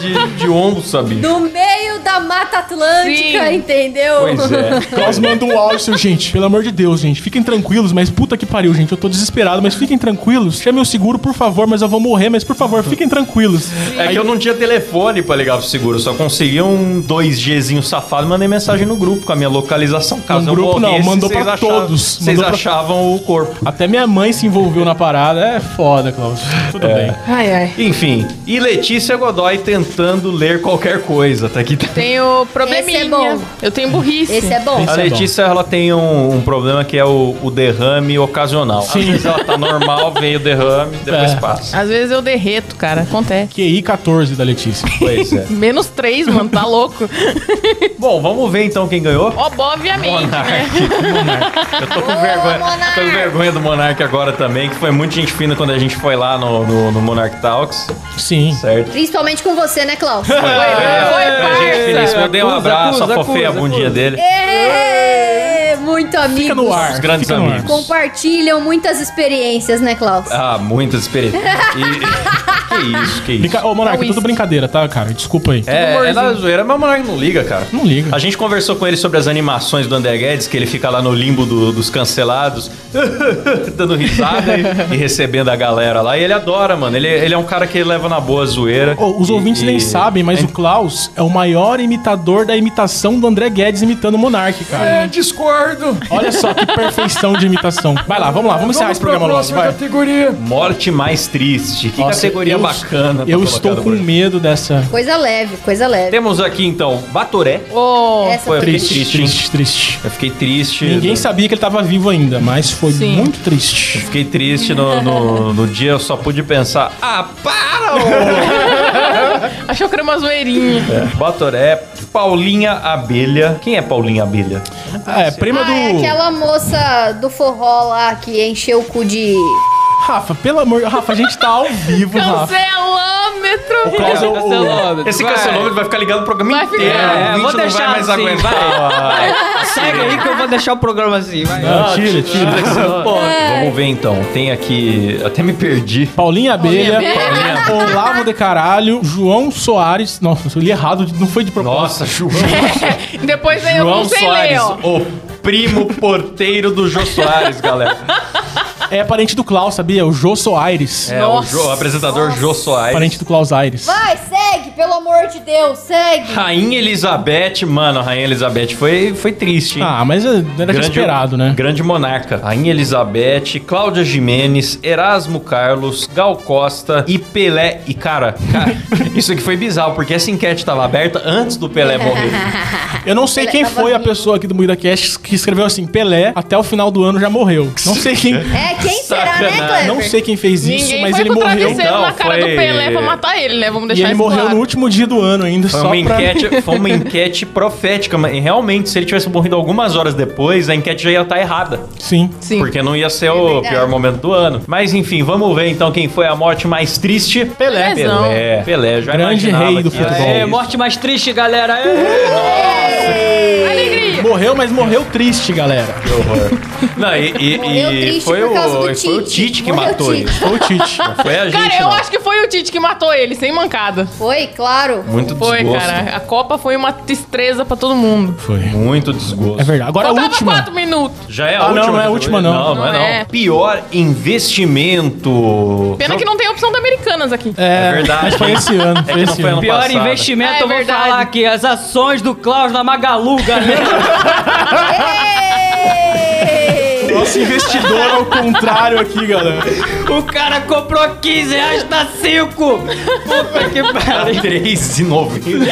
A: de, de, de onça, bicho.
B: No meio da Mata Atlântica,
E: Sim.
B: entendeu?
A: Pois é.
D: Klaus manda um áudio, seu, gente. Pelo amor de Deus, gente. Fiquem tranquilos, mas puta que pariu, gente. Eu tô desesperado, mas fiquem tranquilos. Chame o seguro, por favor, mas eu vou morrer, mas por favor, fiquem tranquilos.
A: É que eu não tinha telefone pra ligar pro seguro, eu só consegui um 2Gzinho safado e mandei mensagem no grupo com a minha localização. Caso
D: No
A: eu
D: grupo não,
A: morresse,
D: mandou
A: vocês
D: pra
A: achavam-
D: todos.
A: Vocês
D: Mandou pra-
A: achavam o corpo.
D: Até minha mãe se envolveu na parada. É foda, Klaus. Tudo bem.
E: Ai, ai.
A: Enfim, e Letícia Godoy tentando ler qualquer coisa. Tá aqui.
E: Tenho probleminha.
B: Esse é bom.
E: Eu tenho burrice.
B: Esse é bom.
A: A
D: Isso é
A: Letícia, ela tem um, um problema que é o, o derrame ocasional. Às vezes ela tá normal, veio o derrame, depois
D: É.
A: passa.
E: Às vezes eu derreto, cara. Acontece.
D: QI 14 da Letícia.
A: Pois é.
E: Menos três, mano. Tá louco.
A: Bom, vamos ver então quem ganhou.
E: Ob- Obviamente, né?
A: Monark, Monark. Eu tô com,
B: Boa,
A: vergonha,
B: Monark.
A: tô com vergonha do Monark agora também, que foi muito gente fina quando a gente foi lá no, no, no Monark Talks,
D: Sim.
A: certo? É,
B: Principalmente com você, né,
D: [laughs]
B: Klaus?
A: Foi gente finíssima. Eu dei um
C: Acusa,
A: abraço,
C: acusa,
A: afofei a
C: acusa,
A: bundinha
C: acusa.
A: dele.
B: Ê, Muito amigos.
D: Fica no ar.
A: Os grandes
D: fica no ar.
A: amigos.
B: Compartilham muitas experiências, né, Klaus?
A: Ah, muitas [laughs] experiências. E- que isso, que isso.
D: Brinca... Ô, Monarca,
E: É o
D: tudo
E: uísque.
D: brincadeira, tá, cara? Desculpa aí.
A: É, é da zoeira, mas o Monark não liga, cara.
D: Não liga.
A: A gente conversou com ele sobre as animações do André Guedes, que ele fica lá no limbo do- dos cancelados, [laughs] dando risada e, e recebendo a galera lá. E ele adora, mano. Ele, ele é um cara que leva na boa a zoeira.
D: Ô, os
A: E-
D: ouvintes nem
A: e-
D: sabem, mas o Klaus é o maior imitador da imitação do André Guedes imitando o Monark, cara.
A: É, discordo.
D: Olha só que perfeição de imitação. Vai lá, vamos lá, vamos encerrar esse programa logo, vai.
A: Morte mais triste. Que
D: Nossa,
A: categoria
D: eu-
A: bacana. tá
D: Eu estou
A: colocada
D: com
A: por aqui.
D: medo dessa.
B: Coisa leve, coisa leve.
A: Temos aqui então Batoré.
E: Ô,
B: Essa
A: Foi
B: foi
A: triste.
B: triste.
A: hein?
D: triste, triste.
A: Eu fiquei triste.
D: Ninguém
A: Eu
D: sabia que ele tava vivo ainda, mas foi
E: Sim.
D: muito triste.
A: Fiquei triste no, no, no dia, eu só pude pensar. Ah, para! ô!"
D: [laughs]
E: achou que era uma zoeirinha.
D: É.
A: Batoré, Paulinha Abelha. Quem é Paulinha Abelha?
D: Ah, É, prima do.
B: Ah, é aquela moça do forró lá que encheu o cu de.
D: Rafa, pelo amor. Rafa, a gente tá ao vivo, Rafa. O
E: Cancelômetro.
D: Klaus é o.
C: Cancelômetro,
A: Esse
C: vai.
A: cancelômetro vai ficar ligado no programa
E: Vai
A: inteiro.
E: ficar.
A: O
C: É,
A: ouvinte
C: vou
A: não vai
C: deixar
A: mais
E: [laughs]
C: assim,
A: aguentar.
C: Segue aí que eu vou deixar o programa assim, vai.
D: Não, tira, tira.
E: É.
A: Vamos ver então. Tem aqui. Até me perdi.
D: Paulinha Abelha,
A: Abelha.
D: Paulinha- Olavo de Caralho, João Soares. Nossa, eu li errado, não foi de propósito.
A: Nossa, João,
E: [laughs] Depois vem eu
A: João
E: não sei
A: Soares,
E: ler, ó.
A: o primo porteiro do Jô Soares, galera.
D: É parente do Klaus, sabia? O Jô Soares. É
A: É,
E: Nossa.
A: o, Jo- o apresentador Jô Soares.
D: Parente do Klaus Aires.
B: Vai, segue, pelo amor de Deus, segue.
A: Rainha Elizabeth, mano, Rainha Elizabeth foi, foi triste, hein?
D: Ah, mas é- era que esperado, né?
A: Grande monarca. Rainha Elizabeth, Cláudia Jimenez, Erasmo Carlos, Gal Costa e Pelé. E, cara, [laughs] cara, isso aqui foi bizarro, porque essa enquete tava aberta antes do Pelé
D: [laughs]
A: morrer.
D: Eu não sei
B: Pelé
D: quem
B: tava
D: foi a
B: vivo.
D: pessoa aqui do Moída Cast que escreveu assim: Pelé, até o final do ano já morreu. Não
A: [laughs]
D: sei quem.
B: É, quem será, né,
A: Sacanagem.
B: Cleber?
D: Não sei quem fez isso,
E: Ninguém
D: mas
E: foi
D: ele
E: com o
D: morreu. Então,
E: travesseiro
A: Não,
E: na cara
A: foi-
E: do Pelé pra matar ele, né? Vamos
D: E
E: deixar
D: ele
E: isso
D: morreu
E: claro.
D: no último dia do ano ainda,
A: Foi
D: só
A: uma,
D: pra... [laughs]
A: enquete, foi uma enquete profética, mas realmente, se ele tivesse morrido algumas horas depois, a enquete já ia estar errada.
D: Sim. É
E: Sim.
A: Porque não ia ser o
B: verdade.
A: pior momento do ano. Mas enfim, vamos ver então quem foi a morte mais triste. Pelé.
E: Pelézão.
A: Pelé. Pelé, já
D: Grande
A: imaginava
D: rei do
A: que-
D: futebol.
A: É,
C: É,
A: morte.
C: morte mais triste, galera. É.
E: Alegria.
D: Morreu, mas morreu triste, galera.
A: Que horror. Não, e, e-
B: Morreu
A: e
B: triste
A: foi,
B: por
A: o,
B: causa do
A: foi o
B: Tite.
A: Tite que
B: Morreu
A: matou
B: o Tite.
A: ele.
D: Foi o Tite.
A: Foi a gente.
E: Cara, eu
A: não.
E: acho que foi o Tite que matou ele, sem mancada.
B: Foi, claro.
A: Muito
E: Foi,
A: desgosto.
E: cara. A Copa foi uma tristeza pra todo mundo.
D: Foi.
A: Muito desgosto.
D: É verdade. Agora a
E: Faltava
D: última.
E: quatro minutos.
A: Já é a
D: Ah, não,
A: última.
D: não é a
A: categoria?
D: última, não.
A: Não, não, é,
E: Não é.
A: não. Pior investimento.
E: Pena que não tem opção da Americanas aqui.
A: É verdade. É
D: Mas foi esse ano.
A: que
D: Foi
A: não
D: esse
A: foi
D: ano.
A: ano
C: Pior
A: Passada.
C: investimento,
E: É
C: eu vou
E: verdade.
C: falar aqui. As ações do Klaus na né? Magalu,
A: [laughs]
C: galera.
D: [laughs]
B: Ei!
D: Nosso investidor ao contrário aqui,
A: É
D: galera.
C: o cara comprou 15 reais, tá 5. Puta que pariu.
A: 3,90.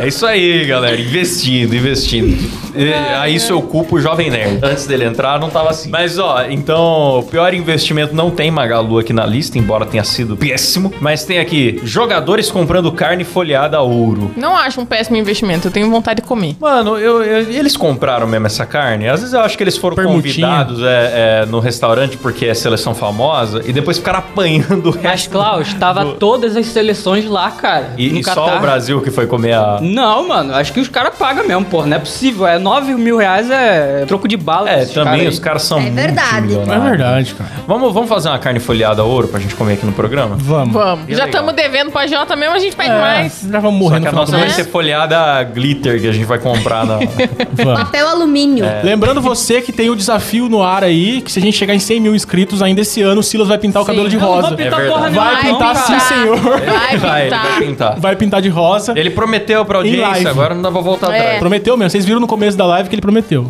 A: É isso aí, galera. Investindo, investindo. E, aí isso eu culpo o Jovem Nerd. Antes dele entrar, não tava assim. Mas ó, então, o pior investimento não tem Magalu aqui na lista, embora tenha sido péssimo. Mas tem aqui, jogadores comprando carne folheada a ouro.
E: Não acho um péssimo investimento, eu tenho vontade de comer.
A: Mano, eu- eu- eles compraram mesmo essa carne? Às vezes eu acho que eles foram
D: Permutinha.
A: convidados é, é, no restaurante porque é seleção famosa e depois ficaram apanhando o
C: Mas,
A: resto.
C: Klaus, tava todas as seleções lá, cara.
A: E,
C: no
A: e só
C: Catar.
A: o Brasil que foi comer a,
C: Não, mano, acho que os caras pagam mesmo, porra. Não é possível. É 9 mil reais é troco de bala.
A: É,
C: desses
A: também
C: caras aí.
A: os caras são.
B: É
A: muito
B: verdade.
D: É
A: milionários.
D: verdade, cara.
A: Vamos, vamos fazer uma carne folhada a ouro pra gente comer aqui no programa?
D: Vamos. É,
E: Vamos.
A: E
E: Já
A: legal.
E: estamos devendo pra Jota mesmo, a gente pede mais.
D: Já vamos
A: Só
D: morrer
A: que
D: no
A: a
D: final do
A: nossa vai
D: mês.
A: ser folhada glitter que a gente vai comprar na.
D: Vamos.
B: Papel alumínio.
D: É. Lembrando você que tem o desafio no ar aí, que se a gente chegar em 100 mil inscritos ainda esse ano, o Silas vai pintar o cabelo de
C: Eu não vou
D: rosa.
C: pintar
A: É verdade.
C: porra nenhuma,
D: Vai
C: não,
D: pintar sim,
C: cara.
D: senhor.
E: Vai
A: [laughs] ele vai
E: pintar.
A: pintar.
D: Vai pintar de rosa.
A: Ele prometeu pra
D: live.
A: audiência, agora não dá pra voltar
E: É.
A: atrás.
D: Prometeu mesmo. Vocês viram no começo da live que ele prometeu.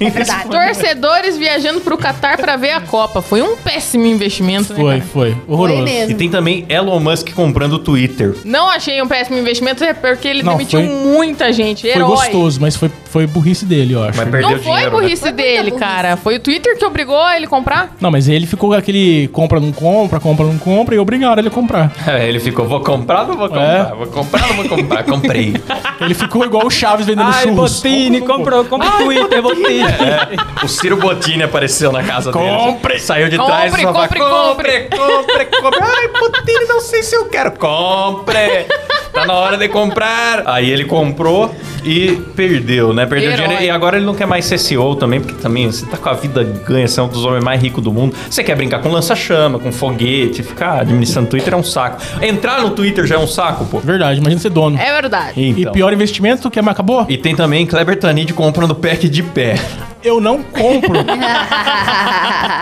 B: É verdade.
E: Torcedores viajando pro Catar pra ver a Copa. Foi um péssimo investimento,
D: [laughs]
E: né,
D: Foi,
E: cara?
D: foi. Horroroso.
B: Foi mesmo.
A: E tem também Elon Musk comprando o Twitter.
E: Não achei um péssimo investimento, é porque ele
D: Não,
E: demitiu
D: foi-
E: muita gente.
D: Foi
E: Herói.
D: gostoso, mas foi, foi burrice dele, eu acho.
A: Mas perdeu
E: Não foi
A: dinheiro. né?
E: burrice
B: Foi muita
E: dele,
B: burrice.
E: cara. Foi o Twitter que obrigou ele a comprar.
D: Não, mas ele ficou aquele compra, não compra, compra, não compra, e obrigaram ele a comprar.
A: [laughs] É, ele ficou, vou comprar ou não vou comprar?
D: É.
A: Vou comprar ou não vou comprar? Comprei.
D: Ele ficou igual o Chaves vendendo
C: Ai,
D: churros.
C: Botini, comprou, comprou Twitter, Botini.
A: É, o Ciro Bottini apareceu na casa dele. Compre! Saiu de
E: Compre,
A: trás e sofá.
E: compre, compre.
A: compre, compre. Ai, Bottini, não sei se eu quero. Compre! Tá na hora de comprar. Aí ele comprou e perdeu, né? Perdeu
E: Herói.
A: dinheiro. E agora ele não quer mais ser CEO também, porque também você tá com a vida ganha, você é um dos homens mais ricos do mundo. Você quer brincar com lança-chama, com foguete, ficar administrando Twitter é um saco. Entrar no Twitter já é um saco, pô.
D: Verdade, imagina ser dono.
E: É verdade.
A: Então.
D: E pior investimento que é, acabou?
A: E tem também Kleber Tanid comprando pack de pé.
D: Eu não compro.
A: [laughs]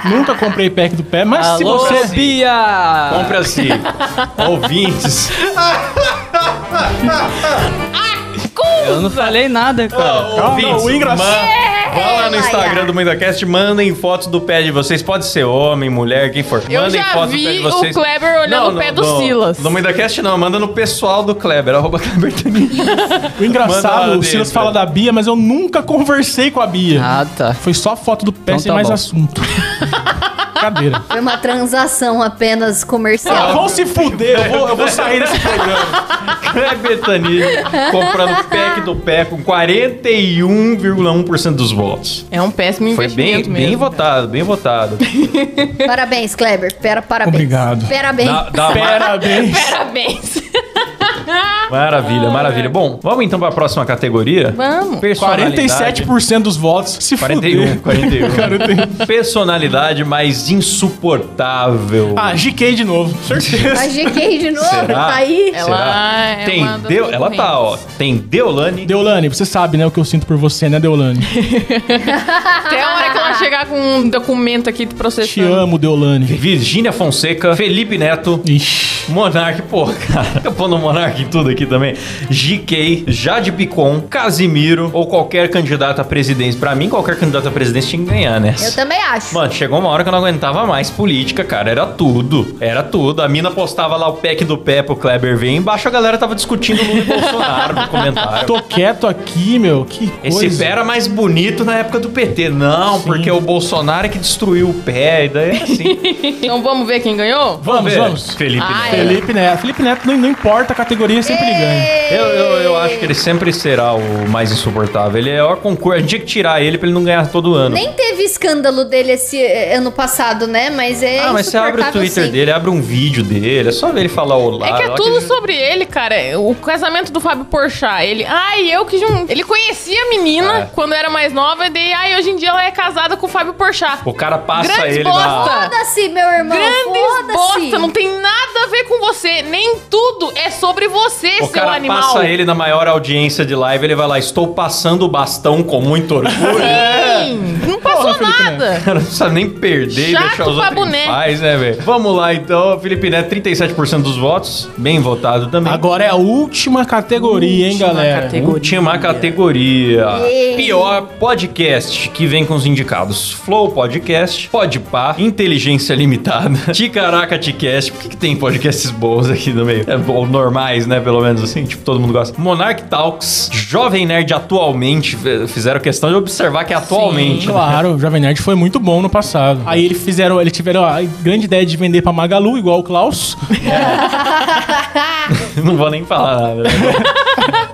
D: Nunca comprei pack do pé, mas se
C: Alô,
D: você. Ah.
C: Bia!
A: Compre
D: [laughs]
A: assim. Ouvintes.
C: Eu não falei nada, cara.
A: Ô, ouvintes,
D: o engraçado-
A: man- Vá lá no
B: Laia.
A: Instagram do MuidaCast, mandem fotos do pé de vocês. Pode ser homem, mulher, quem for.
E: Eu
A: mandem
E: já
A: fotos
E: vi
A: do pé de
E: o
A: vocês.
E: Kleber olhando o pé do Silas.
A: No MuidaCast não, manda no pessoal do Kleber, arroba Kleber Tanini.
D: O
A: Manda lá
D: engraçado, o Silas
A: dentro.
D: fala da Bia, mas eu nunca conversei com a Bia.
C: Ah, tá.
D: Foi só foto do pé
C: Então
D: sem
C: tá
D: mais
C: bom.
D: assunto. Cadeira.
B: [laughs] Foi uma transação apenas comercial.
D: vão se fuder, [laughs] eu vou,
A: [laughs]
D: eu vou sair desse programa.
A: Kleber Tanini comprando pack do pé com 41,1% dos votos.
E: É um péssimo
A: Foi bem,
E: investimento mesmo.
A: bem votado, bem votado.
B: Parabéns, Kleber. Pera, parabéns.
D: Obrigado.
B: [laughs] Parabéns.
A: Da, da,
D: Parabéns.
E: Parabéns.
A: Maravilha, maravilha. Bom, vamos então pra próxima categoria.
B: [laughs]
E: Vamos.
D: 47% dos votos se
A: 41,
D: fudeu.
A: 41.
D: [laughs] Cara, eu tenho-
A: Personalidade mais insuportável.
D: Ah, GK de novo. Certeza.
B: A GK de novo,
A: Será?
B: tá aí.
A: Será?
E: Ela é
A: Tem
E: uma das
A: Deu- Ela tá, ó.
E: correntes.
A: Tem Deolane.
D: [laughs] Deolane, você sabe, né, o que eu sinto por você, né, Deolane?
E: Até a hora que ela chegar com um documento aqui processando.
D: Te amo, Deolane.
A: Virgínia Fonseca, Felipe Neto,
D: Ixi.
A: Monark, pô, cara, eu pondo Monark em tudo aqui também. GK, Jade Picon, Casimiro ou qualquer candidato à presidência. Pra mim, qualquer candidato à presidência tinha que ganhar, né?
B: Eu também acho.
A: Mano, chegou uma hora que eu não aguentava mais política, cara. Era tudo. Era tudo. A mina postava lá o pack do pé pro Kleber ver. Embaixo a galera tava discutindo
D: [laughs]
A: Lula e Bolsonaro no comentário.
D: Tô quieto aqui, meu. Que coisa.
A: Esse pé era mais bonito na época do PT. Não,
D: Sim.
A: porque o Bolsonaro é que destruiu o pé. E daí era
D: [laughs]
A: assim.
E: Então vamos ver quem ganhou?
D: Vamos,
A: ver.
D: vamos.
A: Felipe
E: Ah,
A: Neto.
D: Felipe Neto. Felipe Neto não, não importa a categoria, sempre ele ganha.
B: É,
A: Eu, eu, eu acho que ele sempre será o mais insuportável. Ele é o concurso. A gente tinha que tirar ele pra ele não ganhar todo ano.
B: Nem teve escândalo dele esse eh, ano passado, né? Mas é.
A: ah, mas você abre o
B: insuportável,
A: Twitter
B: sim.
A: dele, abre um vídeo dele. É só ver ele falar olá.
E: assim. É que é
A: lá
E: tudo
A: ele-
E: sobre ele, cara. O casamento do Fábio Porchat, ele... Ai, eu que... jun- Ele conhecia a menina
A: É.
E: quando era mais nova e daí... Ai, hoje em dia ela é casada com o Fábio Porchat.
A: O cara passa
E: Grandes
A: ele
E: bosta.
A: na...
B: Foda-se, meu irmão.
E: Grande
B: Foda-se.
E: bosta, não tem nada a ver com você. Nem tudo é sobre você,
A: O
E: seu
A: cara
E: animal.
A: passa ele na maior audiência de live, ele vai lá, estou passando o bastão com muito orgulho.
E: Sim,
B: É.
E: não passou nada.
A: cara [laughs] não precisa nem perder
E: Chato
A: e deixar os
E: pra
A: outros em
E: boneco.
A: paz, né, velho? Vamos lá, então. Felipe Neto, 37% dos votos. Bem votado também.
D: Agora é a última categoria, hein,
E: Última
D: galera?
E: categoria.
A: Última categoria.
B: Ei.
A: Pior podcast que vem com os indicados. Flow Podcast, Podpah, Inteligência Limitada, [laughs] Ticaraca Ticast. Por que, que tem podcasts bons aqui no meio? É, ou normais, né? Pelo menos assim, tipo, todo mundo gosta. Monarch Talks, Jovem Nerd atualmente. eh, Fizeram questão de observar que é atualmente. né?
D: Claro, o Jovem Nerd foi muito bom no passado. Aí eles fizeram, eles tiveram a grande ideia de vender pra Magalu, igual o Klaus.
A: [laughs] Não vou nem falar nada. né?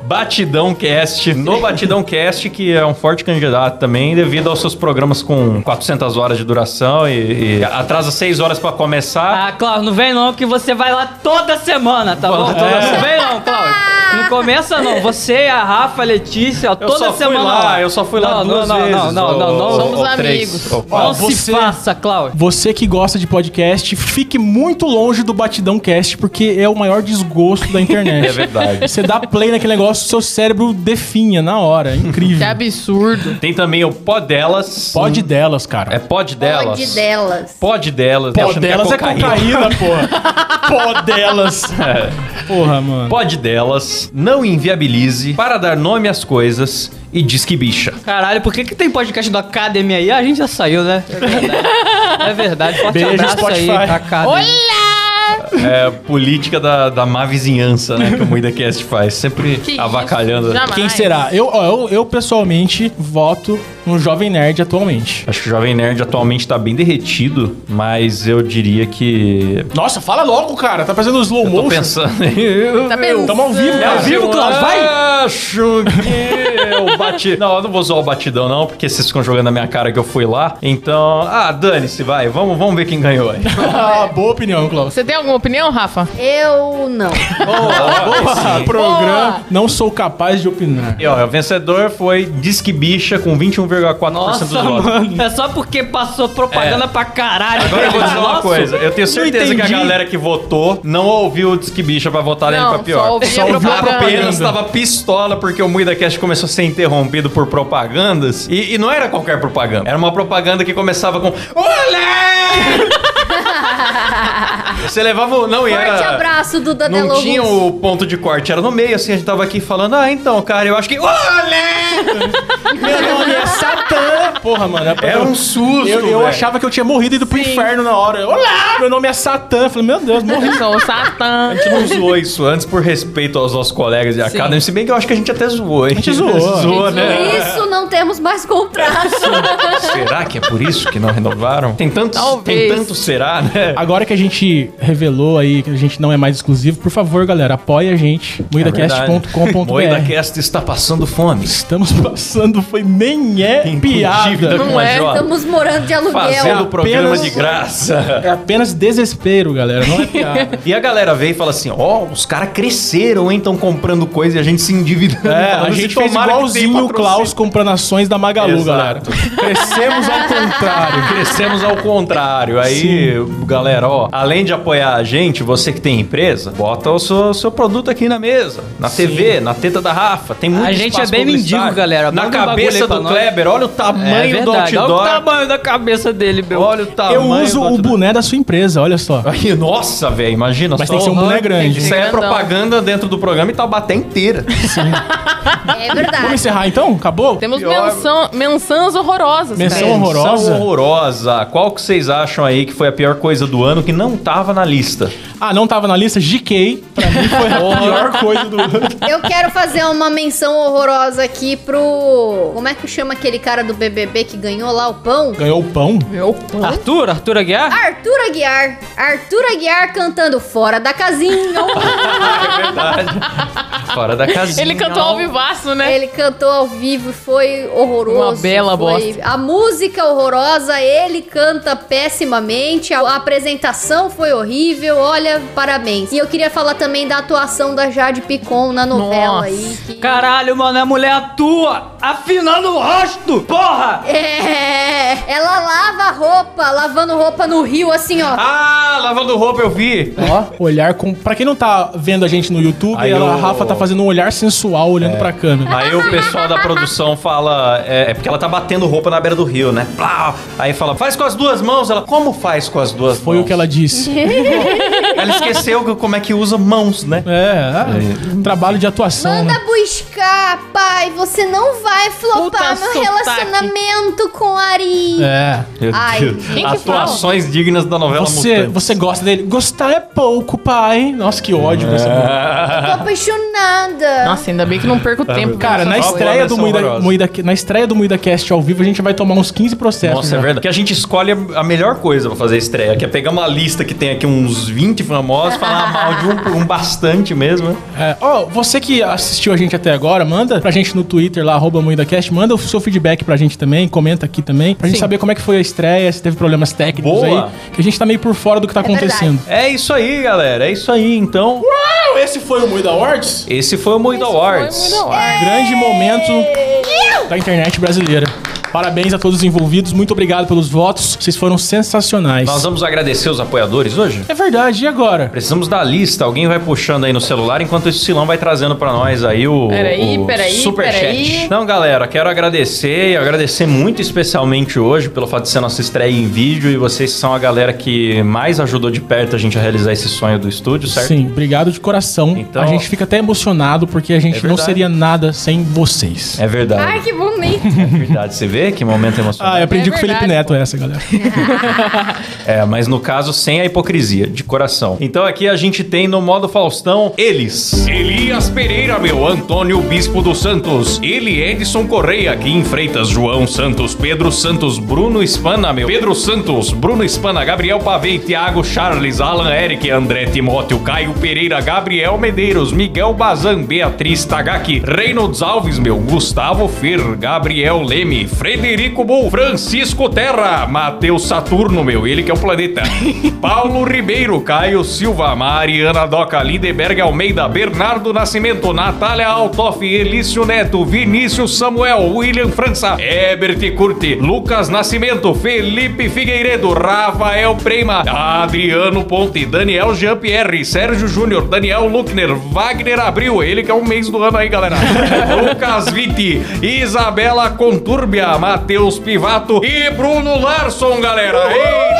A: [laughs] Batidão Cast. No Batidão Cast, que é um forte candidato também, devido aos seus programas com 400 horas de duração e, e atrasa 6 horas pra começar.
C: Ah, Cláudio, não vem não, que você vai lá toda semana, tá bom?
A: É.
C: Não vem não, Cláudio. Não começa não. Você, a Rafa, a Letícia, ó,
A: Eu
C: toda
A: só fui
C: semana.
A: lá, eu só fui lá
C: não,
A: duas
C: não,
A: vezes,
C: Não, não,
A: ô-
C: não, não,
A: ô-
C: não.
E: Somos
A: ô, três.
E: amigos.
A: Ô,
C: Não
A: quatro.
C: se
D: Você-
C: faça, Cláudio.
D: Você que gosta de podcast, fique muito longe do Batidão Cast, porque é o maior desgosto da
A: [laughs]
D: internet.
A: É verdade.
D: Você dá play naquele negócio, seu cérebro definha na hora. É
E: Que
D: incrível.
E: absurdo.
A: Tem também o Pod Delas.
D: [laughs] Pode delas, cara.
A: É Pod Delas.
B: Pode delas.
A: Pod Delas.
D: Pó
A: Achando que
D: delas
A: [laughs]
D: é cocaína, porra. Pó delas. Porra, mano.
A: Pod É. Delas. Não inviabilize. Para dar nome às coisas. E diz que bicha.
C: Caralho, por que, que tem podcast do Academy aí? Ah, a gente já saiu, né? É verdade. É verdade. Forte
D: Beijo,
C: abraço
D: Spotify.
C: aí pra Academy.
E: Olá!
A: É política da, da má vizinhança, né? Que o MuidaCast faz. Sempre
E: Que isso,
A: avacalhando.
E: jamais.
D: Quem será? Eu, ó, eu, eu, pessoalmente voto no Jovem Nerd atualmente.
A: Acho que o Jovem Nerd atualmente tá bem derretido, mas eu diria que.
D: Nossa, fala logo, cara. Tá fazendo slow
A: Tô pensando em.
E: Tá pensando.
D: Tamo É
A: ao
D: ao vivo, cara.
C: É vivo, Cláudio, vai!
A: Acho que eu bati. Não, eu não vou zoar o batidão, não, porque vocês ficam jogando na minha cara que eu fui lá. Então. Ah, dane-se, vai. Vamos, vamos ver quem ganhou aí.
D: Ah, boa opinião, Klaus.
E: Você tem alguma opinião, Rafa?
B: Eu não.
D: Ah, [laughs] programa. Não sou capaz de opinar.
A: E, ó, o vencedor foi Disque Bicha com 21,4% dos
C: Nossa,
A: votos.
C: mano. É só porque passou propaganda pra caralho.
A: É. Agora eu vou dizer uma
C: Nossa,
A: coisa. Eu tenho certeza que a
D: entendi.
A: galera que votou não ouviu o Disque Bicha pra votar nele
E: Não,
A: pra pior.
E: só ouvi a Só ouviu a propaganda.
A: apenas tava pistola porque o MuidaCast começou a ser interrompido por propagandas. E, e não era qualquer propaganda. Era uma propaganda que começava com...
E: [laughs]
A: Olé! Você levava... o- Não, e [laughs] era...
B: Forte abraço, Duda
A: Não
B: Delo
A: tinha
B: Russo.
A: o ponto de corte, era no meio, assim, a gente tava aqui falando, ah, então, cara, eu acho que... Olé!
D: Meu nome é Satã. Porra, mano. é-
A: Era um susto,
D: Eu, eu
A: velho.
D: achava que eu tinha morrido e ido pro inferno na hora. Olá! Meu nome é Satã. Eu falei, meu Deus, morri.
E: Eu
C: um
E: sou o Satã.
A: A gente não zoou isso antes por respeito aos nossos colegas de Academy, se bem que eu acho que a gente até zoou, hein? A
D: gente zoou.
A: [laughs] zoou, né?
B: Por isso não temos mais contrato.
A: Será que é por isso que não renovaram? Tem tantos, tem
E: Talvez.
A: tanto será, né?
D: Agora que a gente revelou aí que a gente não é mais exclusivo, por favor, galera, apoie a gente.
A: verdade. É
D: moidacast.com.br
A: Moedacast está passando fome.
D: Estamos passando, foi nem é piada.
A: dívida com
E: Não
A: a
E: é?
A: Jota.
B: Estamos morando de aluguel.
A: Fazendo o programa
D: Apenas-
A: de graça. [laughs]
D: É apenas desespero, galera. Não é piada.
A: E a galera veio e fala assim: ó, os caras cresceram, hein? Estão comprando coisa e a gente se endividando.
D: É, a
A: Falando,
D: gente
A: "Se
D: fez
A: tomara que
D: igualzinho
A: tenha
D: o Klaus
A: patrocínio."
D: comprando ações da Magalu,
A: Exato.
D: galera. Crescemos ao contrário.
A: Crescemos ao contrário. Aí, galera, ó, além de apoiar a gente, você que tem empresa, bota o seu, seu produto aqui na mesa, na TV, na teta da Rafa. Tem muito
C: A gente
A: espaço
C: é bem
A: publicitário.
C: mendigo, galera.
A: Na
C: Manda um bagulho
A: cabeça
C: aí pra
A: do
C: nós. É
A: Kleber, olha o tamanho do
C: verdade. Olha o
A: outdoor.
C: tamanho da cabeça dele, meu.
A: Olha o tamanho.
D: Eu uso
A: do
D: o
A: outdoor.
D: boné da sua empresa, olha só.
A: Aí, nossa, velho, imagina
D: Mas
A: só.
D: tem que ser um boné
A: Aham.
D: grande.
A: Isso aí é
E: Grandão.
A: propaganda dentro do programa e Taubaté
C: [laughs]
A: inteira.
B: É
D: Vamos
B: verdade.
D: encerrar então? Acabou?
E: Temos
A: Pior.
E: menção, mençãs horrorosas,
D: Menção
E: cara.
D: horrorosa.
A: São horrorosa. Qual que vocês acham aí que foi a pior coisa do ano que não tava na lista?
D: Ah, não tava na lista? GK. Pra mim foi [laughs] a pior coisa do ano.
B: Eu quero fazer uma menção horrorosa aqui pro. Como é que chama aquele cara do BBB que ganhou lá o pão?
D: Ganhou o pão?
E: Meu pão.
C: Arthur, Arthur Aguiar?
B: Arthur Aguiar. Arthur Aguiar cantando fora da casinha.
A: [laughs] É verdade. Fora da casinha.
E: Ele cantou ao vivaço, né?
B: Ele cantou ao vivo e foi horroroso.
E: Uma bela
B: foi... A música horrorosa, ele canta pessimamente, a apresentação foi horrível, olha, parabéns. E eu queria falar também da atuação da Jade Picon na novela
E: Nossa.
B: aí. que- [laughs]
C: Caralho, mano, a mulher atua afinando o rosto, porra!
B: É, ela lava roupa, lavando roupa no rio, assim, ó.
A: Ah, lavando roupa eu vi.
D: Ó, olhar com. Pra quem não tá vendo a gente no YouTube,
A: Aí
D: ela-
A: eu-
D: a Rafa tá fazendo um olhar sensual olhando pra câmera.
A: Aí o pessoal da produção fala, é, é porque ela tá batendo roupa na beira do rio, né? Plá! Aí fala, faz com as duas mãos. Ela, como faz com as duas
D: Foi
A: mãos?
D: o que ela [laughs] disse.
A: Ela esqueceu que- como é que usa mãos, né?
D: É, ah, trabalho de atuação,
B: Manda
D: né?
B: buscar, pai. Você não vai flopar
E: Puta
B: meu
E: sotaque.
B: relacionamento com Ari.
D: É.
A: Meu
B: Ai,
A: Deus.
E: quem que
A: Atuações dignas da novela
D: Você,
A: Mutantes.
D: você gosta dele? Gostar é pouco, pai. Nossa, que ódio dessa mulher.
B: Tô apaixonada.
E: Nossa, ainda bem que não perco tempo.
D: Cara,
E: vendo
D: na
E: essas
A: Só
D: estreia,
A: boa
D: do
A: menção
D: Moída,
A: é horrorosa.
D: Moída- na estreia do Moída Cast ao vivo, a gente vai tomar uns 15 processos.
A: Nossa, é
D: né?
A: verdade. Que a gente escolhe a a melhor coisa pra fazer estreia, que é pegar uma lista que tem aqui uns 20 famosos, falar mal de um por um bastante mesmo. né?
D: É, ó, você que assistiu a gente até agora, manda pra gente no Twitter lá, arroba MoídaCast, manda o seu feedback pra gente também, comenta aqui também, pra gente
E: Sim.
D: saber como é que foi a estreia, se teve problemas técnicos
A: Boa.
D: aí, que a gente tá meio por fora do que tá acontecendo.
A: É isso aí, galera. É isso aí, então.
D: Esse foi o Moída Awards?
A: Esse foi o Moída Awards.
E: Foi muito da hora.
D: Grande momento da internet brasileira. Parabéns a todos os envolvidos, muito obrigado pelos votos, vocês foram sensacionais.
A: Nós vamos agradecer os apoiadores hoje?
D: É verdade, e agora?
A: Precisamos da lista. Alguém vai puxando aí no celular enquanto esse Silão vai trazendo pra nós aí o.
E: Peraí,
A: o
E: peraí,
A: superchat.
E: peraí.
A: Não, galera, quero agradecer e agradecer muito especialmente hoje pelo fato de ser nossa estreia em vídeo e vocês são a galera que mais ajudou de perto a gente a realizar esse sonho do estúdio, certo?
D: Sim, obrigado de coração.
A: Então- é
D: a gente fica até emocionado porque a gente não
A: verdade.
D: seria nada sem vocês.
A: É verdade.
F: Ai, que bonito.
A: É verdade. Você vê que momento
D: Ah, eu
A: emocionante.
D: aprendi
E: É
D: com o Felipe
E: verdade,
D: Neto essa, galera.
A: É, mas no caso, sem a hipocrisia, de coração. Então aqui a gente tem no modo Faustão eles. Elias Pereira, meu Antônio Bispo dos Santos. Ele Edson Correia, aqui em Freitas, João Santos, Pedro Santos, Bruno Espana, meu Pedro Santos, Bruno Espana, Gabriel Pavei, Thiago Charles, Alan Eric, André Timóteo, Caio Pereira, Gabriel Medeiros, Miguel Bazan, Beatriz Tagaki, Reynolds Alves, meu Gustavo Fer, Gabriel Leme, Frederico Bull, Francisco Terra, Matheus Saturno, meu, ele que é o planeta, Paulo Ribeiro, Caio Silva, Mariana Doca, Lindeberg Almeida, Bernardo Nascimento, Natália Altoff, Elício Neto, Vinícius Samuel, William França, Ebert Curti, Lucas Nascimento, Felipe Figueiredo, Rafael Prema, Adriano Ponte, Daniel Jean-Pierre, Sérgio Júnior, Daniel Luckner, Wagner Abril, ele que é o mês do ano aí, galera. Lucas Vitti, Isabela Contúrbia, Matheus Pivato e Bruno Larson, galera.
E: Um